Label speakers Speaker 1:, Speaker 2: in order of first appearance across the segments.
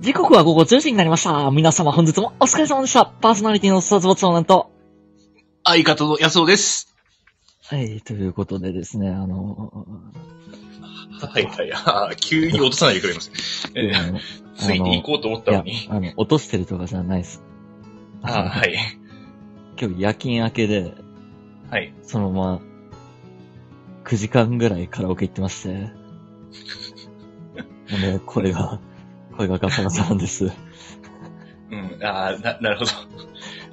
Speaker 1: 時刻は午後10時になりました。皆様本日もお疲れ様でした。パーソナリティのスタズボツオなんと。
Speaker 2: 相方の安尾です。
Speaker 1: はい、ということでですね、あの、
Speaker 2: はいはい。あー急に落とさないでくれます。えー
Speaker 1: の
Speaker 2: ついていこうと思ったのに。
Speaker 1: あの、落としてるとかじゃないです。。
Speaker 2: あーはいい。
Speaker 1: 今日夜勤明けで、
Speaker 2: はい。
Speaker 1: そのまま、9時間ぐらいカラオケ行ってまして。もうね、声が、声がガサガサなんです。
Speaker 2: うん。ああ、な、なるほど。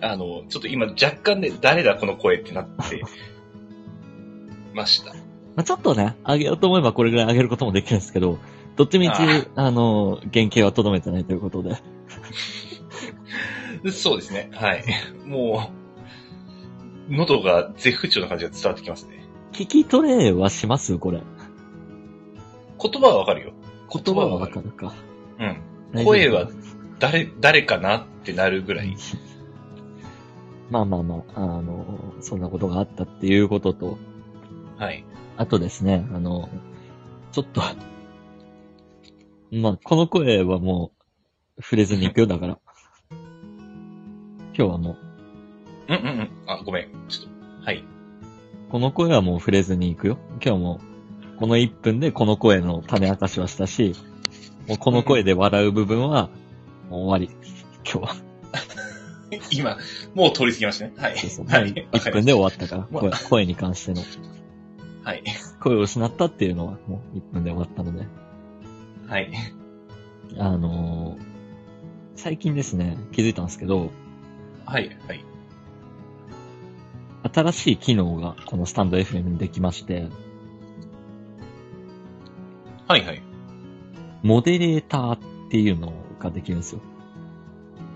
Speaker 2: あの、ちょっと今若干で、誰だこの声ってなってました。
Speaker 1: まあ、ちょっとね、上げようと思えばこれぐらい上げることもできるんですけど、どっちみち
Speaker 2: あー、
Speaker 1: あの、原型はとどめてないということで。
Speaker 2: そうですね。はい。もう、喉が絶不調な感じが伝わってきますね。
Speaker 1: 聞き取れはしますこれ。
Speaker 2: 言葉はわかるよ。
Speaker 1: 言葉はわかるか。
Speaker 2: うん。
Speaker 1: 大丈夫
Speaker 2: 声は誰、誰かなってなるぐらい。
Speaker 1: まあまあまあ、あの、そんなことがあったっていうことと、
Speaker 2: はい。
Speaker 1: あとですね、あの、ちょっと、まあ、この声はもう、触れずに行くよ、だから。今日はもう、
Speaker 2: うんうんうん。あ、ごめん。ちょっと。はい。
Speaker 1: この声はもう触れずに行くよ。今日も、この1分でこの声の種明かしはしたし、もうこの声で笑う部分は、もう終わり。今日は。
Speaker 2: 今、もう通り過ぎましたね。はい。
Speaker 1: そうそうもう
Speaker 2: はい。わ
Speaker 1: 1
Speaker 2: かりま
Speaker 1: 分
Speaker 2: し
Speaker 1: で終わったから、
Speaker 2: まあ
Speaker 1: 声声に関しての。
Speaker 2: たはい。
Speaker 1: 声を失ったっていうのは、もう1分で終わったので。
Speaker 2: はい。
Speaker 1: あのー最近ですね、気づいたんですけど、
Speaker 2: はい。はい。
Speaker 1: 新しい機能がこのスタンド FM にできまして、
Speaker 2: はい。はい。
Speaker 1: モデレーターっていうのができるんですよ。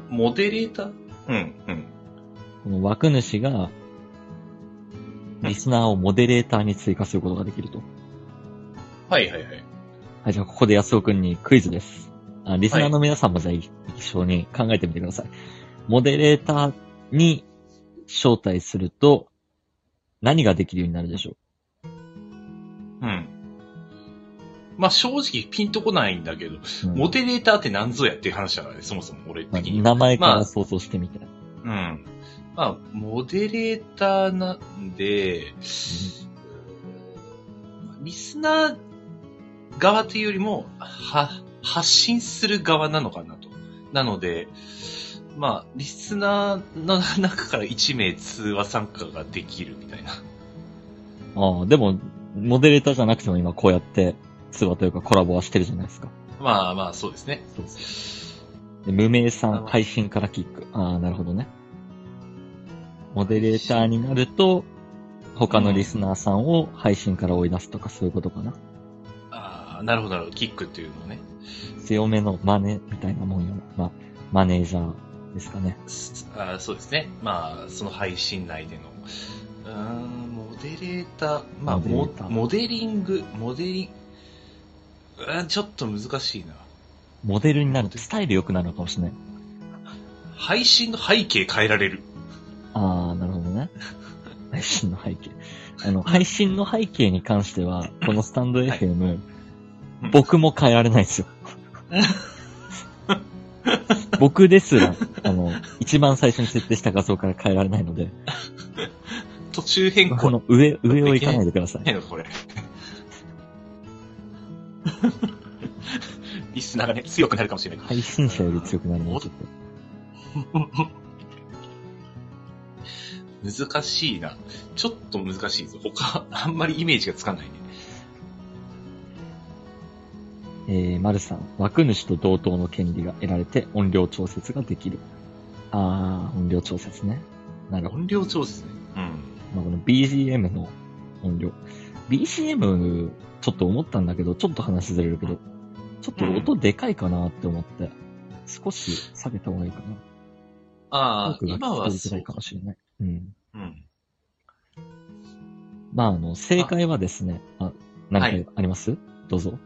Speaker 2: モデレーターうん。うん。
Speaker 1: この枠主が、リスナーをモデレーターに追加することができると。
Speaker 2: はい。はい。はい。
Speaker 1: はい、じゃあここで安尾くんにクイズです。あリスナーの皆さんもじゃあ一緒に考えてみてください。モデレーターに招待すると、何ができるようになるでしょう
Speaker 2: うん。まあ、正直ピンとこないんだけど、
Speaker 1: うん
Speaker 2: モデレーターって何ぞやっていう話だからね、そもそも俺
Speaker 1: まあ
Speaker 2: 的に。
Speaker 1: 名前か
Speaker 2: ま
Speaker 1: ら
Speaker 2: あ
Speaker 1: 想像してみて。
Speaker 2: うん。まあ、モデレーターなんで、リスナー側というよりも、は、発信する側なのかなと。なので、まあ、リスナーの中から1名通話参加ができるみたいな。
Speaker 1: ああ、でも、モデレーターじゃなくても今こうやって通話というかコラボはしてるじゃないですか。
Speaker 2: まあまあ、そうですね。
Speaker 1: そうです。で無名さ
Speaker 2: あ
Speaker 1: ん
Speaker 2: の
Speaker 1: 配信からキック。ああ、なるほどね。モデレーターになると、他のリスナーさんを配信から追い出すとかそういうことかな。
Speaker 2: ああ、なるほど、なるほど。キックっていうのをね。
Speaker 1: 強めのマネみたいなもんよな。まあ、マネージャーですかね。
Speaker 2: すあーそうですね。まあ、その配信内での。うーん、モデレーター、まあ、
Speaker 1: モデレ
Speaker 2: モ
Speaker 1: ーター
Speaker 2: モデリング、モデリング、うーん、ちょっと難しいな。
Speaker 1: モデルになるとスタイル良くなるのかもしれない。
Speaker 2: 配信の背景変えられる。
Speaker 1: ああ、なるほどね。 配信の背景。あの、配信の背景に関しては、このスタンド FM、僕も変えられないですよ。 僕ですら、あの、一番最初に設定した画像から変えられないので、
Speaker 2: 途中変
Speaker 1: こ
Speaker 2: 更
Speaker 1: の上、上を行かないでください。
Speaker 2: ねえのこれ。 リスナーがね、強くなるかもしれない。
Speaker 1: 配信者より強くなるの
Speaker 2: も
Speaker 1: ちょっと。
Speaker 2: 難しいな。ちょっと難しいぞ。他、あんまりイメージがつかないね。
Speaker 1: えー、丸さん、枠主と同等の権利が得られて音量調節ができる。あー、音量調節ね。なるほど。
Speaker 2: 音量調節ね。うん。
Speaker 1: まあ、この BGM の音量。BGM、ちょっと思ったんだけど、ちょっと話ずれるけど、ちょっと音でかいかなって思って、少し下げた方がいいかな。
Speaker 2: ああ、
Speaker 1: 僕が聞
Speaker 2: 今は
Speaker 1: きづ
Speaker 2: そ
Speaker 1: ら
Speaker 2: う
Speaker 1: いか。もしれない。うん。
Speaker 2: うん。
Speaker 1: まあ、あの、正解はですね、あ、何
Speaker 2: は
Speaker 1: か
Speaker 2: い
Speaker 1: あります、どうぞ。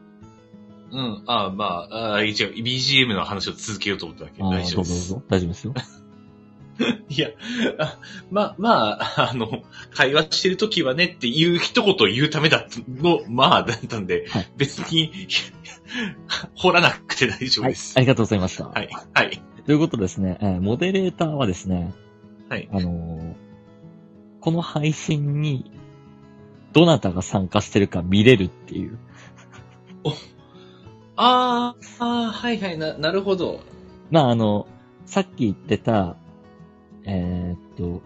Speaker 2: うん。ああ、まあ、ああ、違う。BGM の話を続けようと思っただけ。
Speaker 1: ああ
Speaker 2: 大
Speaker 1: ー、
Speaker 2: 丈
Speaker 1: どうぞど
Speaker 2: 夫で
Speaker 1: う
Speaker 2: す。
Speaker 1: ぞ。大丈夫ですよ。
Speaker 2: いや、あま、まあ、あの、会話してるときはねっていう一言を言うためだったの、まあ、だったんで、
Speaker 1: はい
Speaker 2: 別に、掘らなくて大丈夫
Speaker 1: はい
Speaker 2: で。す。
Speaker 1: あ
Speaker 2: はい。
Speaker 1: りがとうございました。
Speaker 2: はい。はい。
Speaker 1: ということですね、えーモデレーターはですね、
Speaker 2: はい
Speaker 1: あのーこの配信に、どなたが参加してるか見れるっていう。
Speaker 2: あーあー、はいはい、な、なるほど。
Speaker 1: まあ、あの、さっき言ってた、えーっと、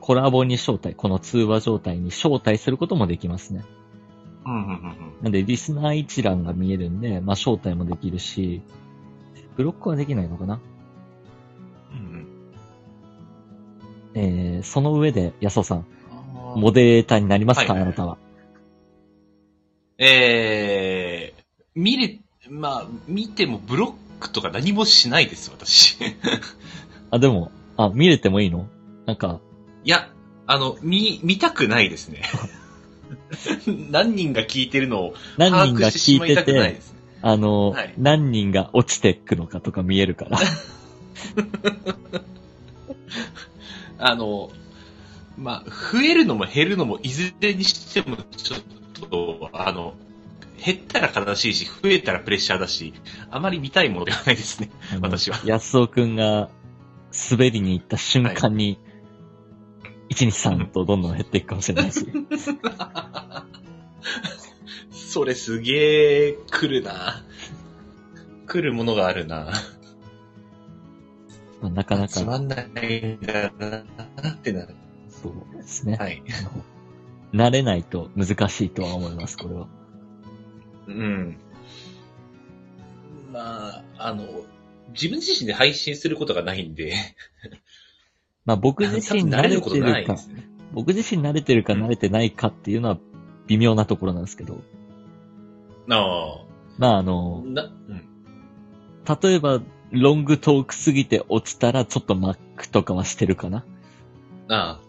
Speaker 1: コラボに招待、この通話状態に招待することもできますね。
Speaker 2: うん、うん、うん
Speaker 1: なんで、リスナー一覧が見えるんで、まあ、招待もできるし、ブロックはできないのかな
Speaker 2: うん、うん
Speaker 1: えー、その上で、安尾さん、
Speaker 2: うん。
Speaker 1: モデレーターになりますか、
Speaker 2: はい
Speaker 1: あなたは。
Speaker 2: えー、見れ、まあ、見てもブロックとか何もしないです、私。
Speaker 1: あ、でも、あ、見れてもいいのなんか、
Speaker 2: いや、あの、見、見たくないです ね。何人が聞いてるのを把
Speaker 1: 何人
Speaker 2: 握
Speaker 1: が
Speaker 2: してし
Speaker 1: 聞
Speaker 2: ま
Speaker 1: い
Speaker 2: い
Speaker 1: て
Speaker 2: たくない
Speaker 1: て
Speaker 2: で、すね。
Speaker 1: あの、
Speaker 2: はい
Speaker 1: 何人が落ちてくのかとか見える から。
Speaker 2: あの、まあ、増えるのも減るのも、いずれにしても、ちょっと、あの、減ったら悲しいし、増えたらプレッシャーだし、あまり見たいものではないですね。
Speaker 1: あの
Speaker 2: 私は
Speaker 1: 安尾くんが滑りに行った瞬間に、123とどんどん減っていくかもしれ ないし。
Speaker 2: それすげえ、来るな。来るものがあるな。
Speaker 1: まあ、なかなか、
Speaker 2: つ
Speaker 1: そ
Speaker 2: まんないんだな、ってなる。
Speaker 1: うですね。
Speaker 2: はい。
Speaker 1: あの慣れないと難しいとは思います、これは。
Speaker 2: うん。まあ、あの、自分自身で配信することがないんで、
Speaker 1: まあ僕
Speaker 2: 多
Speaker 1: 自
Speaker 2: 分
Speaker 1: 身
Speaker 2: 慣
Speaker 1: 慣
Speaker 2: れ
Speaker 1: れ
Speaker 2: ること
Speaker 1: て
Speaker 2: な
Speaker 1: る
Speaker 2: いで
Speaker 1: か、
Speaker 2: すね。
Speaker 1: 僕自身慣れてるか慣れてないかっていうのは微妙なところなんですけど。
Speaker 2: あ
Speaker 1: まああ
Speaker 2: あ。
Speaker 1: の、
Speaker 2: な、うん。
Speaker 1: 例えば、ロングトークすぎて落ちたらちょっとマックとかはしてるかな
Speaker 2: あ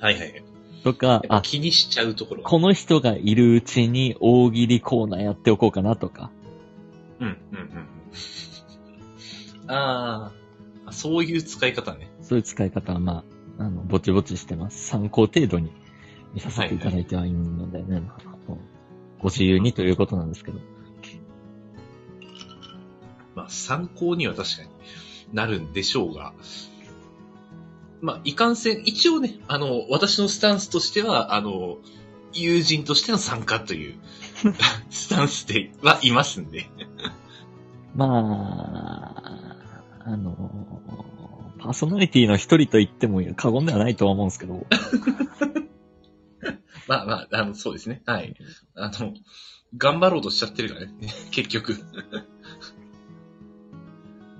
Speaker 2: あ。はいはい。
Speaker 1: とか、
Speaker 2: やっぱ
Speaker 1: あ、
Speaker 2: 気にしちゃうところ。
Speaker 1: この人がいるうちに大喜利コーナーやっておこうかなとか。
Speaker 2: うん、うん、 うん。ああ。そういう使い方ね。
Speaker 1: そういう使い方は、まあ、あの、ぼちぼちしてます。参考程度に見させていただいてはいいのでね、まああのご自由にということなんですけど。
Speaker 2: まあ、参考には確かになるんでしょうが。まあ、いかんせん、一応ね、あの、私のスタンスとしては、あの、友人としての参加と いうスタンスではいますんで。
Speaker 1: まあ、あの、パーソナリティの一人と言っても過言ではないとは思うんですけど、
Speaker 2: まあまあ、あの、そうですね。はい。あの、頑張ろうとしちゃってるからね。結局。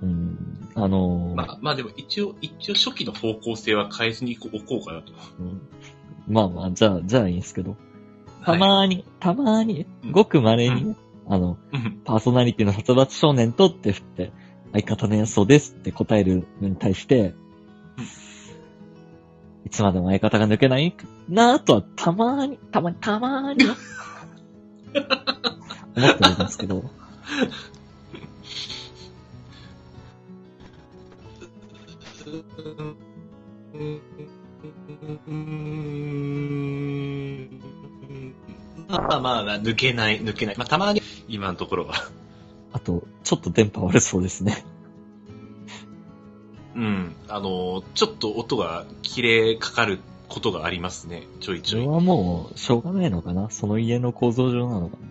Speaker 1: うん、あの、
Speaker 2: まあまあでも一応、一応初期の方向性は変えずにおこうかなと。
Speaker 1: うんまあまあ、じゃあ、じゃあいいんですけど、た
Speaker 2: はい
Speaker 1: まーに、たまーに
Speaker 2: うん、
Speaker 1: ごく稀にね、あの、
Speaker 2: うん
Speaker 1: パーソナリティの殺伐少年とって振って、相方の演奏ですって答えるのに対して
Speaker 2: うん、
Speaker 1: いつまでも相方が抜けないなぁとはたまーに、たまに、たまーに、思ってはいたんですけど、
Speaker 2: まあまあまあ、抜けない、抜けない。まあたまに、今のところは。
Speaker 1: あと、ちょっと電波悪そうですね。
Speaker 2: うん。あの、ちょっと音が切れかかることがありますね。ちょい
Speaker 1: そ
Speaker 2: ちょ
Speaker 1: れ
Speaker 2: い。
Speaker 1: はもう、しょうがないのかなその家の構造上なのかな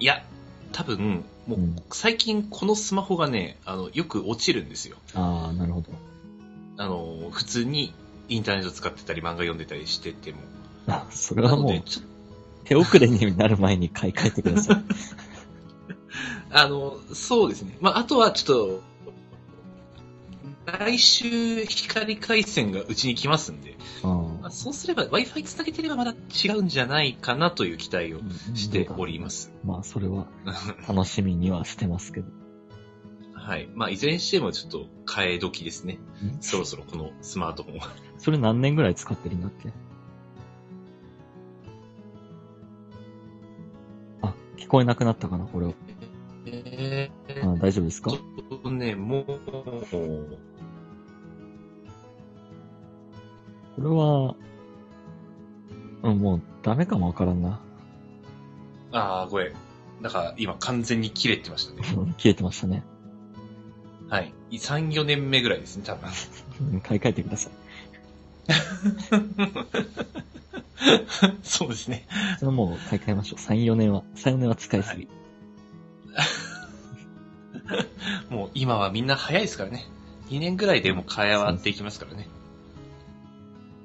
Speaker 1: い
Speaker 2: や、多分、もう
Speaker 1: うん、
Speaker 2: 最近このスマホがね、あの、よく落ちるんですよ。
Speaker 1: ああ、なるほど。
Speaker 2: あの、普通にインターネット使ってたり漫画読んでたりしてても。
Speaker 1: あそれ
Speaker 2: な
Speaker 1: は
Speaker 2: の
Speaker 1: も
Speaker 2: で、
Speaker 1: う、
Speaker 2: ちょっと
Speaker 1: 手遅れになる前に買い替えてくだ さい。
Speaker 2: あの、そうですね。まあ、あとはちょっと、来週光回線がうちに来ますんで、
Speaker 1: うん
Speaker 2: まあ、そうすれば Wi-Fi つなげてればまだ違うんじゃないかなという期待をしております。
Speaker 1: まあ、それ は楽しみにはしてますけど。
Speaker 2: はい。まあ、いずれにしてもちょっと替え時ですね。そろそろこのスマートフォンは。
Speaker 1: それ何年ぐらい使ってるんだっけあ、聞こえなくなったかなこれは。
Speaker 2: え
Speaker 1: あ大丈夫ですか
Speaker 2: ー、とね、もう、
Speaker 1: れは、うん、もうダメかもわからんな。
Speaker 2: ああ、ごめん。だから今完全に切れてましたね。
Speaker 1: うん消えてましたね。
Speaker 2: はい。3、4年目ぐらいですね、多分。
Speaker 1: うん買い替えてください。
Speaker 2: そうですね。
Speaker 1: それはもう買い替えましょう。3、4年は。3、4年は使いすぎ。
Speaker 2: もう今はみんな早いですからね。2年ぐらいでもう変わっていきますからね。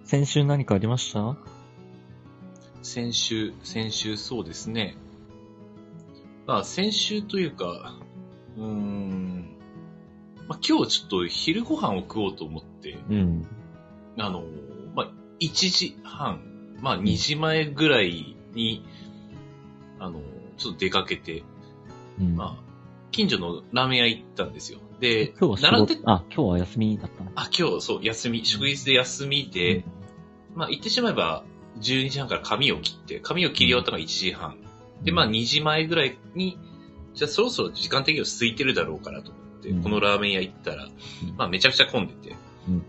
Speaker 1: 先週何かありました
Speaker 2: 先週、先週そうですね。まあ先週というか、うーん、まあ今日ちょっと昼ご飯を食おうと思って、
Speaker 1: うん。
Speaker 2: あの、まあ1時半、まあ2時前ぐらいに、あの、ちょっと出かけて、
Speaker 1: うん。
Speaker 2: まあ、近所のラーメン屋行ったんですよ。で、
Speaker 1: 今日は
Speaker 2: 並
Speaker 1: 仕
Speaker 2: んで
Speaker 1: 事、あ、今日は休みだったの。
Speaker 2: あ、今日そう、休み、祝日で休みで、まあ言ってしまえば、12時半から髪を切って、髪を切り終わったのが1時半。で、まあ2時前ぐらいに、じゃあそろそろ時間的には空いてるだろうからと思って、
Speaker 1: うん
Speaker 2: このラーメン屋行ったら、
Speaker 1: うん
Speaker 2: まあめちゃくちゃ混んでて、
Speaker 1: うん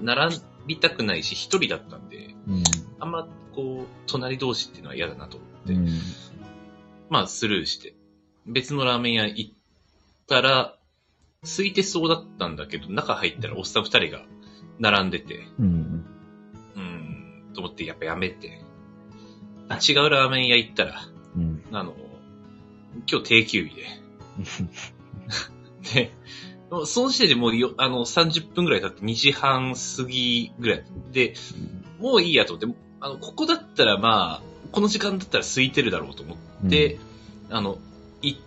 Speaker 2: 並びたくないし一人だったんで、
Speaker 1: うん。
Speaker 2: あんまこう、隣同士っていうのは嫌だなと思って、
Speaker 1: うん。
Speaker 2: まあスルーして、別のラーメン屋行ったら、空いてそうだったんだけど、中入ったらおっさん二人が並んでて、
Speaker 1: うん。
Speaker 2: うん、と思って、やっぱやめて。違うラーメン屋行ったら、
Speaker 1: うん。
Speaker 2: あの、今日定休日で。で、その時点でもうよ、あの、30分ぐらい経って2時半過ぎぐらい。で、もういいやと思って、あの、ここだったらまあ、この時間だったら空いてるだろうと思って、あの、行っ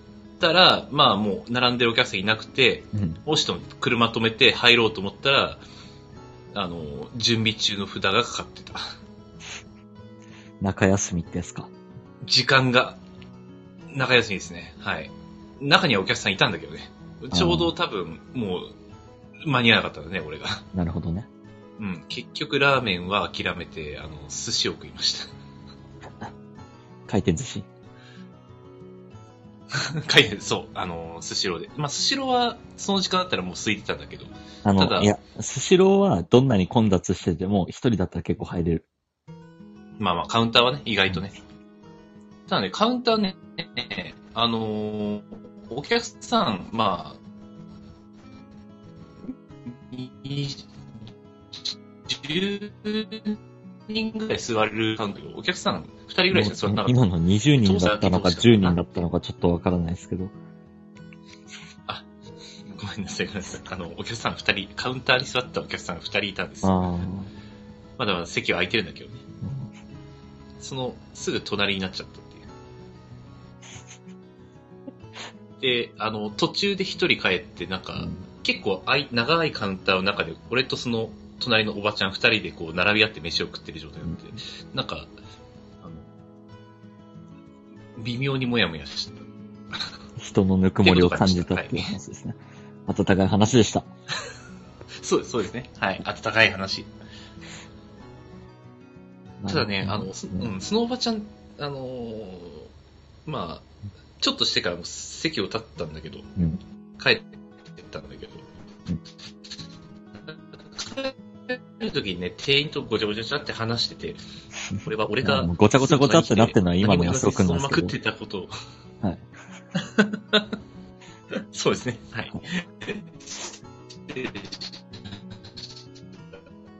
Speaker 2: たら、まあもう並んでるお客さんいなくて、
Speaker 1: うん、
Speaker 2: 押しても車止めて入ろうと思ったら、あの、準備中の札がかかってた。
Speaker 1: 中休みってやつか。
Speaker 2: 時間が、中休みですね。はい。中にはお客さんいたんだけどね。ちょうど多分、もう、間に合わなかったんだね、俺が。
Speaker 1: なるほどね。
Speaker 2: うん。結局、ラーメンは諦めて、あの、寿司を食いまし
Speaker 1: 回転寿司。
Speaker 2: た。回転、そう、あの、スシローで。まあ、スシローは、その時間だったらもう空いてたんだけど。
Speaker 1: あ
Speaker 2: ただ
Speaker 1: の、いや、スシローはどんなに混雑してても、一人だったら結構入れる。
Speaker 2: まあまあ、カウンターはね、意外とね。ただね、カウンターね、ねあのーお客さん、まあ、い10人ぐらい座れるカウンターお客さん2人ぐらいしか座らなかった。
Speaker 1: 今の20人だったのか
Speaker 2: 当時は
Speaker 1: 10人だったのかちょっとわからないですけど。
Speaker 2: ごめんなさい、ごめんなさい。あの、お客さん2人、カウンターに座ったお客さん2人いたんですよ。
Speaker 1: ああ。
Speaker 2: まだまだ席は空いてるんだけどね。その、すぐ隣になっちゃったっていう。で、あの、途中で一人帰って、なんか、結構あい長いカウンターの中で、俺とその、隣のおばちゃん二人でこう、並び合って飯を食ってる状態になって、なんか、あの、微妙にもやもやしてた。
Speaker 1: 人のぬくもりを感じたっていう話ですね。温かい話でした。
Speaker 2: そうです、そうですね。はい。温かい話。ただね、あの、そうん、そのおばちゃん、あのーまあ、ちょっとしてからも席を立ったんだけど、
Speaker 1: うん
Speaker 2: 帰ってったんだけど、
Speaker 1: うん
Speaker 2: 帰る時にね、店員とごちゃごちゃごちゃって話してて、これは俺が
Speaker 1: あの、ごちゃごちゃごちゃってなってるのは今の安尾くん
Speaker 2: そ
Speaker 1: な
Speaker 2: の
Speaker 1: ん
Speaker 2: ま
Speaker 1: で
Speaker 2: ます
Speaker 1: け
Speaker 2: 食っ
Speaker 1: ど。
Speaker 2: てたことを。
Speaker 1: はい
Speaker 2: そうですね。はい。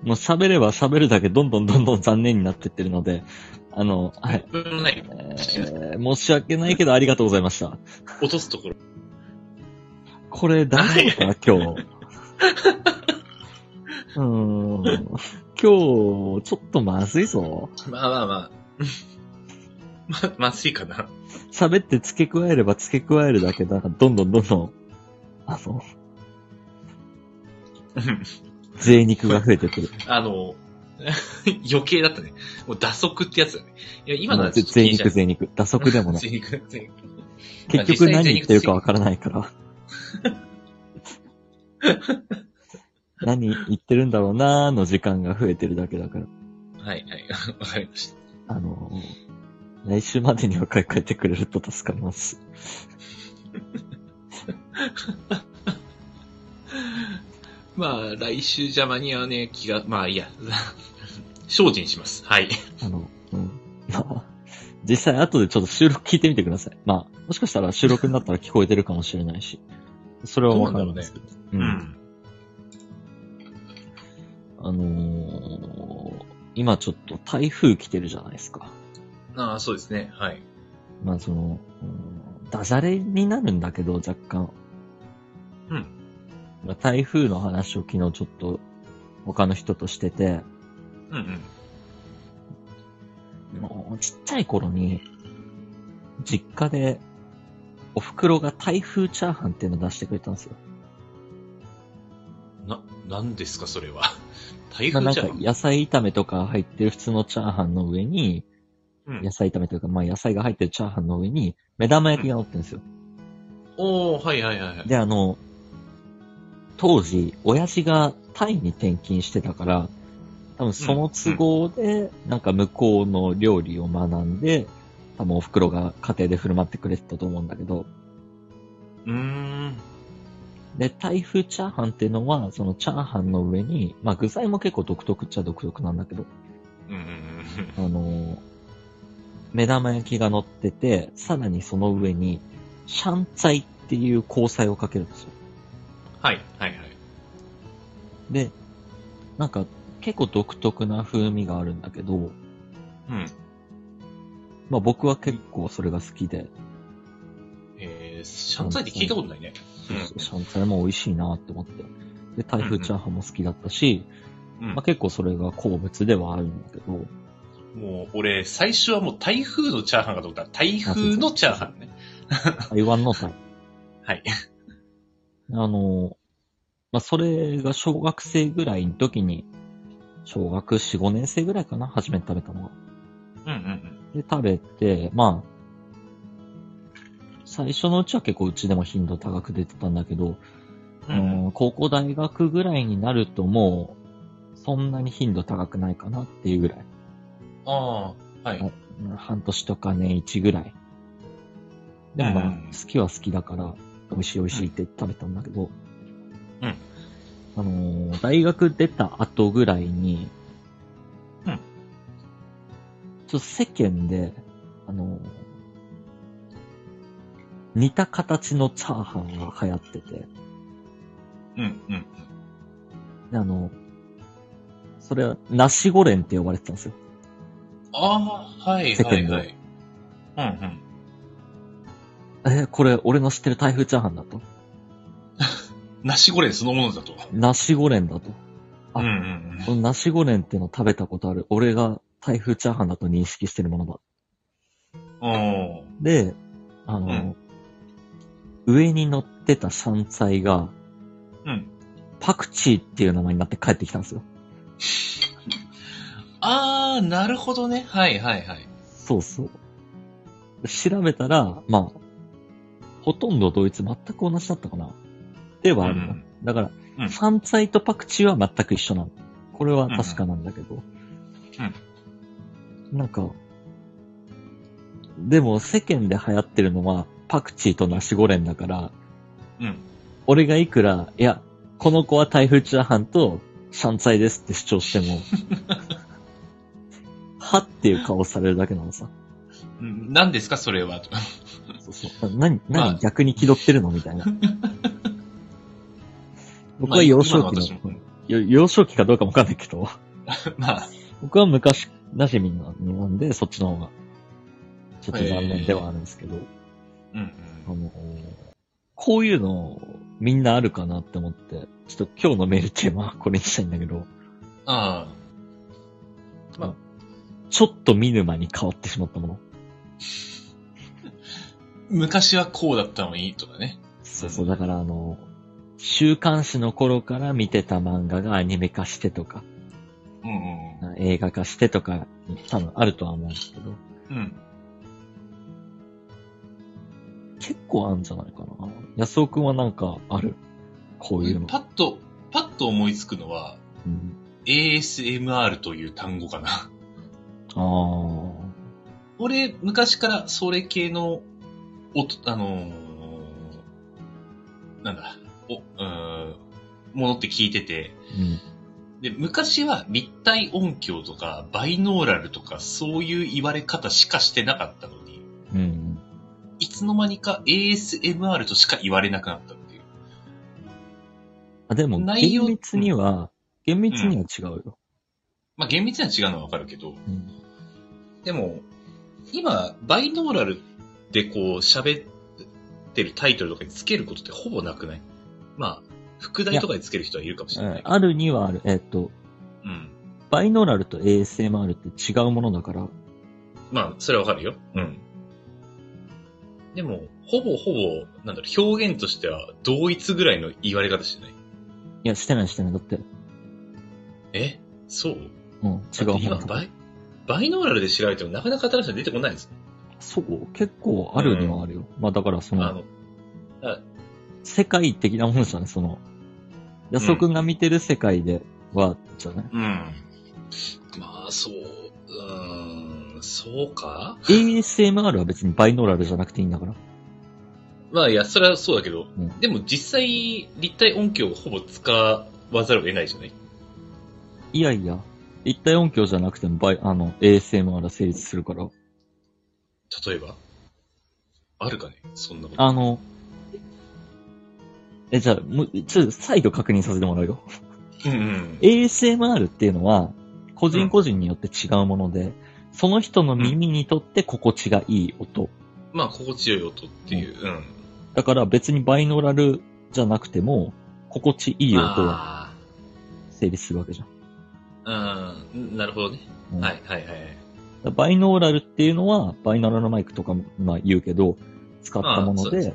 Speaker 1: もう喋れば喋るだけどんどんどんどん残念になってってるので、あの、はい。
Speaker 2: これもない
Speaker 1: えー申し訳ないけどありがとうございました。
Speaker 2: 落とすところ。
Speaker 1: これ大丈夫かな、今 日。うーん。今日、ちょっとまずいぞ。
Speaker 2: まあまあまあ。 ま、まずいかな。
Speaker 1: 喋って付け加えれば付け加えるだけ、なんかどんどんどんどん、あの、
Speaker 2: うん
Speaker 1: 贅肉が増えてくる。
Speaker 2: あの、 余計だったね。もう打足ってやつだね。いや、今のはちょっと気
Speaker 1: 贅
Speaker 2: にしな
Speaker 1: 肉
Speaker 2: い。
Speaker 1: 贅肉。打足でも ない。
Speaker 2: 贅肉、贅肉。
Speaker 1: 結局何言ってるかわからないから。 何言ってるんだろうなーの時間が増えてるだけだから。
Speaker 2: はい、はい。 わかりました。
Speaker 1: あのー、来週までには買い替えてくれると助かります。
Speaker 2: まあ、来週じゃ間に合わねえ気が、まあいいや。精進します。はい。
Speaker 1: あの、うん。まあ、実際後でちょっと収録聞いてみてください。まあ、もしかしたら収録になったら聞こえてるかもしれないし。それはわかるんですけど。う。
Speaker 2: うんん。
Speaker 1: あのー今ちょっと台風来てるじゃないですか。
Speaker 2: ああ、そうですね。はい。
Speaker 1: まあその、うんダジャレになるんだけど、若干。
Speaker 2: うん
Speaker 1: まあ。台風の話を昨日ちょっと他の人としてて、
Speaker 2: うんうん。
Speaker 1: もうちっちゃい頃に、実家で、お袋が台風チャーハンっていうのを出してくれたんですよ。
Speaker 2: な、なんですか、そ れは。台
Speaker 1: まあな
Speaker 2: 風
Speaker 1: ん
Speaker 2: じゃ
Speaker 1: か
Speaker 2: ん。
Speaker 1: 野菜炒めとか入ってる普通のチャーハンの上に、
Speaker 2: うん
Speaker 1: 野菜炒めというか、まあ野菜が入ってるチャーハンの上に、目玉焼きが乗ってるんですよ。
Speaker 2: おおはいはいはいはい。
Speaker 1: で、あの、当時、親父がタイに転勤してたから、多分その都合で、なんか向こうの料理を学んで、多分お袋が家庭で振る舞ってくれてたと思うんだけど、
Speaker 2: うーん。
Speaker 1: で、台風チャーハンっていうのは、そのチャーハンの上に、まあ具材も結構独特っちゃ独特なんだけど、
Speaker 2: うんうんうん
Speaker 1: あ のー目玉焼きが乗ってて、さらにその上に、シャンツァイっていう交際をかけるんですよ。
Speaker 2: はい、はい、はい。
Speaker 1: で、なんか結構独特な風味があるんだけど、
Speaker 2: うん。
Speaker 1: まあ僕は結構それが好きで、
Speaker 2: えー、シャンツァイって聞いたことないね。うん
Speaker 1: シャンツァイも美味しいなって思って。で、台風チャーハンも好きだったし、
Speaker 2: うん
Speaker 1: まあ、結構それが好物ではあるんだけど、
Speaker 2: もう、俺、最初はもう台風のチャーハンかと思ったら、台風のチャーハンね。
Speaker 1: 台湾のタイ。
Speaker 2: はい。
Speaker 1: あの、まあ、それが小学生ぐらいの時に、小学4、5年生ぐらいかな、初めて食べたのが。
Speaker 2: うんうんうん。
Speaker 1: で、食べて、まあ、最初のうちは結構うちでも頻度高く出てたんだけど、
Speaker 2: うん
Speaker 1: うん高校大学ぐらいになるともう、そんなに頻度高くないかなっていうぐらい。
Speaker 2: ああ、はい。
Speaker 1: あうん半年とか年1ぐらい。でもまあ、
Speaker 2: うん
Speaker 1: 好きは好きだから、美味しい美味しいって食べたんだけど、
Speaker 2: うん
Speaker 1: あのー大学出た後ぐらいに、
Speaker 2: うん
Speaker 1: ちょっと世間で、あのー似た形のチャーハンが流行ってて、
Speaker 2: うんうん。
Speaker 1: であの、それは、ナシゴレンって呼ばれてたんですよ。
Speaker 2: ああ、はい、
Speaker 1: 世
Speaker 2: はい、
Speaker 1: 間の
Speaker 2: はい。うんうん。
Speaker 1: えーこれ、俺の知ってる台風チャーハンだと。
Speaker 2: ナシゴレンそのものだと。
Speaker 1: ナシゴレンだと。
Speaker 2: う
Speaker 1: あ
Speaker 2: んうん
Speaker 1: このナシゴレンっていうの食べたことある。俺が台風チャーハンだと認識してるものだ。
Speaker 2: うん。おー
Speaker 1: で、あの、上に乗ってた山菜が、
Speaker 2: うん。
Speaker 1: パクチーっていう名前になって帰ってきたんですよ。
Speaker 2: ああ、なるほどね。はい、はい、はい。
Speaker 1: そうそう。調べたら、まあ、ほとんどドイツ全く同じだったかな。ではあるの。
Speaker 2: うん
Speaker 1: だから、
Speaker 2: うん
Speaker 1: 山菜とパクチーは全く一緒なの。これは確かなんだけど。なんか、でも世間で流行ってるのはパクチーとナシゴレンだから、
Speaker 2: うん。
Speaker 1: 俺がいくら、いや、この子は台風チャーハンと山菜ですって主張して も、はっていう顔されるだけなのさ。
Speaker 2: うん何ですか、それは。
Speaker 1: そうそう。何、
Speaker 2: まあ
Speaker 1: 何逆に気取ってるのみ たいな。僕は幼少期の、
Speaker 2: まあ今の私も
Speaker 1: よ幼少期かどうかもわかんないけど、
Speaker 2: まあ、
Speaker 1: 僕は昔馴染みなんで、そっちの方が、ちょっと残念ではあるんですけど、
Speaker 2: うん
Speaker 1: あの、こういうの、みんなあるかなって思って、ちょっと今日のメールテーマはこれにしたいんだけど、
Speaker 2: ああ。
Speaker 1: ちょっと見沼に変わってしまったもの。
Speaker 2: 昔はこうだったのに、とかね。
Speaker 1: そうそう、だからあの、週刊誌の頃から見てた漫画がアニメ化してとか、
Speaker 2: うんうん
Speaker 1: 映画化してとか、多分あるとは思うんですけど、
Speaker 2: うん。うん。
Speaker 1: 結構あるんじゃないかな。安尾くんはなんかあるこういうの。
Speaker 2: パッと、パッと思いつくのは、
Speaker 1: うん、
Speaker 2: ASMR という単語かな。
Speaker 1: ああ。
Speaker 2: 俺、昔からそれ系の、おと、あのーなんだ、お、うーん、ものって聞いてて、
Speaker 1: うん。
Speaker 2: で、昔は立体音響とか、バイノーラルとか、そういう言われ方しかしてなかったのに、
Speaker 1: うん。
Speaker 2: いつの間にか ASMR としか言われなくなったっていう。
Speaker 1: あ、でも、
Speaker 2: 内容
Speaker 1: 厳密には、厳密には違うよ。
Speaker 2: まあ、厳密には違うのはわかるけど、
Speaker 1: うん。
Speaker 2: でも、今、バイノーラルでこう、喋ってるタイトルとかにつけることってほぼなくないまあ、副題とかにつける人はいるかもしれないけど。
Speaker 1: あるにはある。えっと、
Speaker 2: うん。
Speaker 1: バイノーラルと ASMR って違うものだから、
Speaker 2: まあ、それはわかるよ。うん。でも、ほぼほぼ、なんだろう、表現としては同一ぐらいの言われ方してない。
Speaker 1: いや、してないしてない。だって、
Speaker 2: えそう
Speaker 1: うん、違う
Speaker 2: だっ
Speaker 1: も
Speaker 2: て今
Speaker 1: の
Speaker 2: バ
Speaker 1: だ。
Speaker 2: イ、バイノーラルで調べてもなかなか新しいの出てこないんですよ。
Speaker 1: そう、結構あるにはあるよ。まあだからそ
Speaker 2: あ
Speaker 1: の、
Speaker 2: の、
Speaker 1: 世界的なものじゃない、その、安尾くんが見てる世界では、じゃない。
Speaker 2: うん。まあ、そう、うーん、そうか
Speaker 1: ASMR は別にバイノーラルじゃなくていいんだから。
Speaker 2: まあ、いや、それはそうだけど、
Speaker 1: うん
Speaker 2: でも実際、立体音響をほぼ使わざるを得ないじゃない
Speaker 1: いやいや、一体音響じゃなくてもバイ、あの、ASMR は成立するから。
Speaker 2: 例えばあるかねそんなこと。
Speaker 1: あの、え、じゃあ、もう、ちょっと再度確認させてもらうよ。
Speaker 2: うんうん。
Speaker 1: ASMR っていうのは、個人個人によって違うもので、その人の耳にとって心地がいい音。
Speaker 2: まあ、心地よい音っていう。うん。
Speaker 1: だから別にバイノーラルじゃなくても、心地いい音は
Speaker 2: は。
Speaker 1: 成立するわけじゃん。
Speaker 2: うん、なるほどね。
Speaker 1: うん
Speaker 2: はい、はい、はい。
Speaker 1: バイノーラルっていうのは、バイノーラルのマイクとかも、まあ言うけど、使ったもの
Speaker 2: ああそう
Speaker 1: で、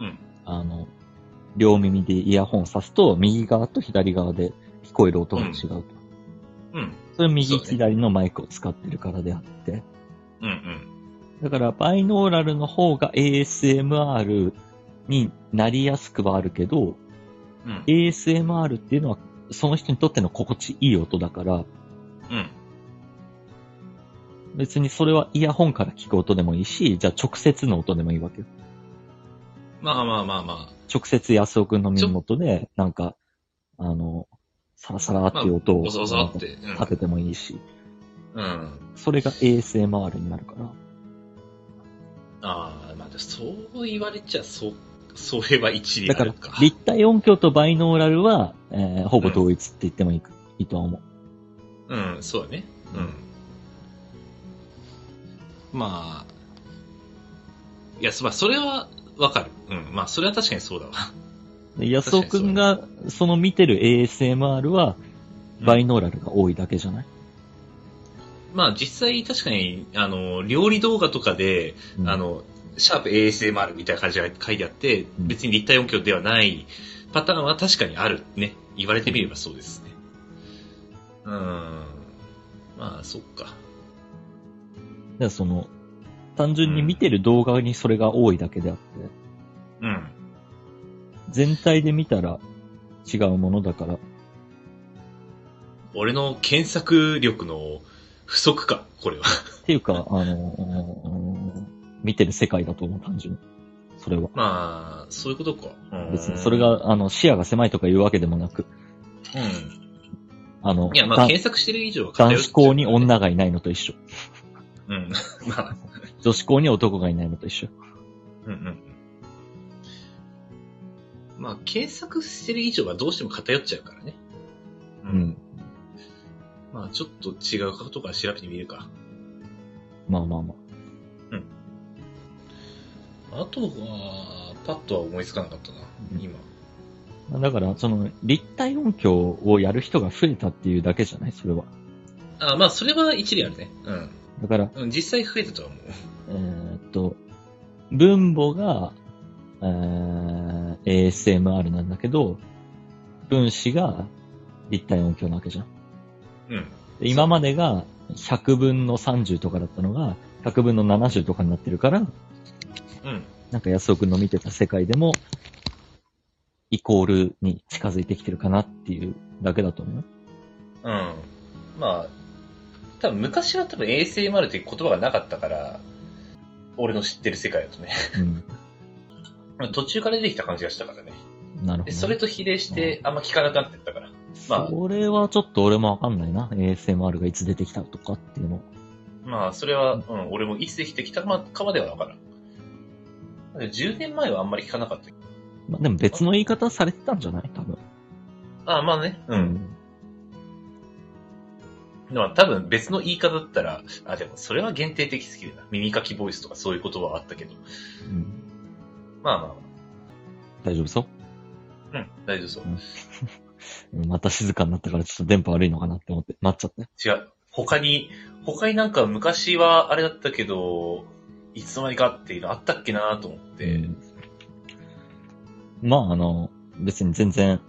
Speaker 2: うん
Speaker 1: あの、両耳でイヤホンさすと、右側と左側で聞こえる音が違うと。
Speaker 2: うん、
Speaker 1: それ右、
Speaker 2: そうね
Speaker 1: 左のマイクを使ってるからであって。
Speaker 2: うん、うん。
Speaker 1: だから、バイノーラルの方が ASMR になりやすくはあるけど、
Speaker 2: うん、
Speaker 1: ASMR っていうのは、その人にとっての心地いい音だから、
Speaker 2: うん。
Speaker 1: 別にそれはイヤホンから聞く音でもいいし、じゃあ直接の音でもいいわけよ
Speaker 2: まあまあまあま
Speaker 1: 直接安尾くんの耳元で、なんか、あの、サラサラっていう音
Speaker 2: あ。
Speaker 1: を
Speaker 2: ボソボソって。うん
Speaker 1: 立ててもいいし、
Speaker 2: うん。
Speaker 1: それが ASMR になるから。
Speaker 2: ああ、まあ、そう言われちゃ、そう、 それは一理
Speaker 1: だ
Speaker 2: あ
Speaker 1: から
Speaker 2: るか。、
Speaker 1: 立体音響とバイノーラルは、えーほぼ同一って言ってもいい,、いいとは思う。
Speaker 2: うん、そうだね。うん。まあ、いや、そまあ、それはわかる。うん、まあ、それは確かにそうだわ。
Speaker 1: で安尾くんが、その見てる ASMR は、バイノーラルが多いだけじゃない、
Speaker 2: まあ、実際確かに、あの、料理動画とかで、
Speaker 1: うん
Speaker 2: あ、の、シャープ ASMR みたいな感じが書いてあって、
Speaker 1: うん
Speaker 2: 別に立体音響ではないパターンは確かにあるね。言われてみればそうですね。うーん。まあ、そっか。
Speaker 1: でその、単純に見てる動画にそれが多いだけであって、
Speaker 2: うん。
Speaker 1: 全体で見たら違うものだから、
Speaker 2: 俺の検索力の不足か、これは。
Speaker 1: っていうか、あのー見てる世界だと思う、単純に。それは。
Speaker 2: まあ、そういうことか。うん
Speaker 1: 別に、それ。が、あの、視野が狭いとかいうわけでもなく、
Speaker 2: うん。
Speaker 1: あの、
Speaker 2: いや、まあ、
Speaker 1: だ
Speaker 2: 検索してる以上は
Speaker 1: 男
Speaker 2: 偏っ
Speaker 1: 子
Speaker 2: てる
Speaker 1: 校に。女がいないのと一緒。
Speaker 2: うん。まあ、
Speaker 1: 女子校に男がいないのと一緒。
Speaker 2: うんうんうん。まあ、検索してる以上はどうしても偏っちゃうからね。う
Speaker 1: う。ん。
Speaker 2: まあ、ちょっと違うことから調べてみるか。
Speaker 1: まあまあま
Speaker 2: あとは、パッとは思いつかなかったな、
Speaker 1: うん
Speaker 2: 今。
Speaker 1: あ。だから、その、立体音響をやる人が増えたっていうだけじゃない、それは。
Speaker 2: あまあ、それは一理あるね。
Speaker 1: だから、
Speaker 2: うん。うん実際増えたとは思う。
Speaker 1: えーっと、分母が、えー、ASMR なんだけど、分子が立体音響なわけじゃん。
Speaker 2: うん。
Speaker 1: で今までが100分の30とかだったのが、100分の70とかになってるから、
Speaker 2: うん。
Speaker 1: なんか安尾くんの見てた世界でも、イコールに近づいてきてるかなっていうだけだと思う。
Speaker 2: うん。まあ、多分昔は多分 ASMR っていう言葉がなかったから、俺の知ってる世界だ とね。
Speaker 1: うん。
Speaker 2: 途中から出てきた感じがしたからね。
Speaker 1: なるほどね、
Speaker 2: で、それと比例して、あんま聞かなくなってったから。ま
Speaker 1: それはちょっと俺もわかんないな。ASMR がいつ出てきたとかっていうの。
Speaker 2: あ、まあ、それは、うん、俺もいつできてきたかまではわからん。だって10年前はあんまり聞かなかったけど。
Speaker 1: まあ、でも別の言い方されてたんじゃない多分。
Speaker 2: ああ、まあね。う。。
Speaker 1: うん
Speaker 2: でも多分別の言い方だったら、あ、でもそれは限定的スキルだ。耳かきボイスとかそういう言葉はあったけど。
Speaker 1: うん
Speaker 2: まあまあ
Speaker 1: 大丈夫そう
Speaker 2: まあ。うん、大丈夫そう。
Speaker 1: うんまた静かになったからちょっと電波悪いのかなって思って、待っちゃったよ。
Speaker 2: 違う。他に、他になんか昔はあれだったけど、いつの間にかっていうのあったっけなと思って。
Speaker 1: うんまああの、別に全然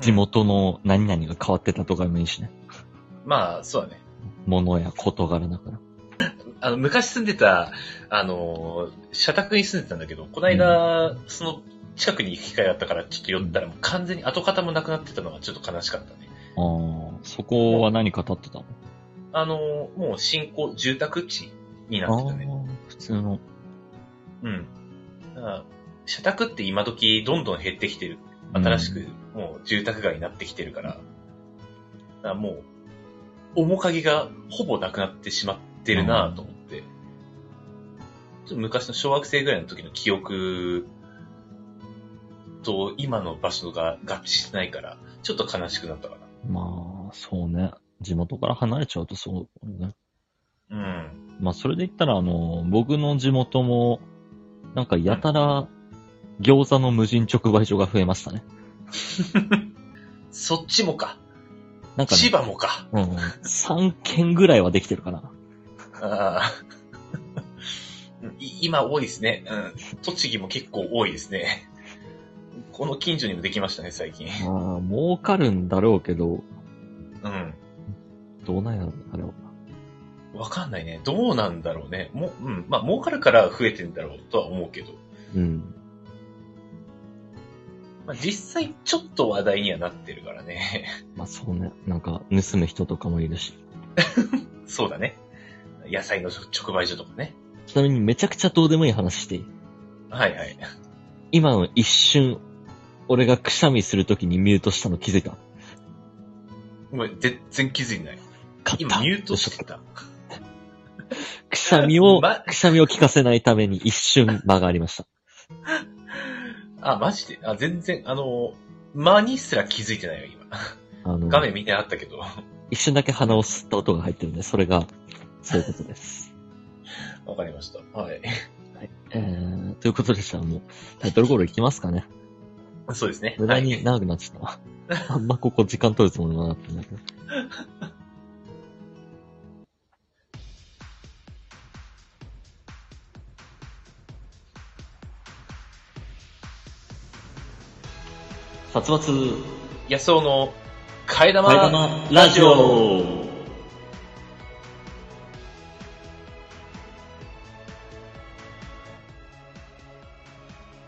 Speaker 1: 地元の何々が変わってたとかでもいいしね。
Speaker 2: まあ、そうだね。
Speaker 1: 物や事柄だから。
Speaker 2: あの、昔住んでた、あのー、社宅に住んでたんだけど、この間、その近くに行く機会があったから、ちょっと寄ったらもう完全に跡形もなくなってたのがちょっと悲しかったね。
Speaker 1: ああ、そこは何語ってたの
Speaker 2: あのー、もう新興、住宅地にな
Speaker 1: あ
Speaker 2: って
Speaker 1: あ
Speaker 2: たね。
Speaker 1: ー、普通の。
Speaker 2: うん。だから社宅って今時どんどん減ってきてる。新しく、もう住宅街になってきてるから、だからもう、面影がほぼなくなってしまってるなぁと思って、ちょっと昔の小学生ぐらいの時の記憶と今の場所が合致してないから、ちょっと悲しくなったか
Speaker 1: うん。まあ、そうね。地元から離れちゃうとそうね。
Speaker 2: な。うん。
Speaker 1: まあ、それで言ったら、あの、僕の地元も、なんかやたら、餃子の無人直売所が増えましたね。
Speaker 2: そっちもか。
Speaker 1: なんか、
Speaker 2: 千
Speaker 1: ね、
Speaker 2: 葉もか。
Speaker 1: うん。3軒ぐらいはできてるかな。
Speaker 2: ああい 今多いですね、うん。栃木も結構多いですね。この近所にもできましたね、最近。
Speaker 1: まあ、儲かるんだろうけど、
Speaker 2: うん。
Speaker 1: どうなんやろう、あれは。
Speaker 2: わかんないね。どうなんだろうね。もう、うん。まあ、儲かるから増えてんだろうとは思うけど。
Speaker 1: うん。
Speaker 2: まあ、実際ちょっと話題にはなってるからね。
Speaker 1: まあ、そうね。なんか、盗む人とかもいるし。
Speaker 2: そうだね。野菜の直売所とかね。
Speaker 1: ちなみに、めちゃくちゃどうでもいい話していい
Speaker 2: はいはい。
Speaker 1: 今の一瞬、俺がくしゃみするときにミュートしたの気づいた。
Speaker 2: ごめん、全然気づいてない。
Speaker 1: 買った
Speaker 2: 今、ミュートしてた。
Speaker 1: くしゃみを、
Speaker 2: ま
Speaker 1: くしゃみを聞かせないために一瞬間がありました。
Speaker 2: あ、マジであ、全然、あの、間にすら気づいてないよ、今。
Speaker 1: あの、
Speaker 2: 画面見てなかったけど。
Speaker 1: 一瞬だけ鼻を吸った音が入ってるんで、それが、そういうことです。
Speaker 2: わかりました。はい。
Speaker 1: えー、ということでしたらもう、タイトルコールいきますかね。
Speaker 2: そうですね。
Speaker 1: 無駄
Speaker 2: は
Speaker 1: に
Speaker 2: い
Speaker 1: 長くなっちゃったわ。 あんまここ時間取るつもりもなかったんだけど。殺伐、
Speaker 2: 野草の替え玉
Speaker 1: 替え玉ラジオ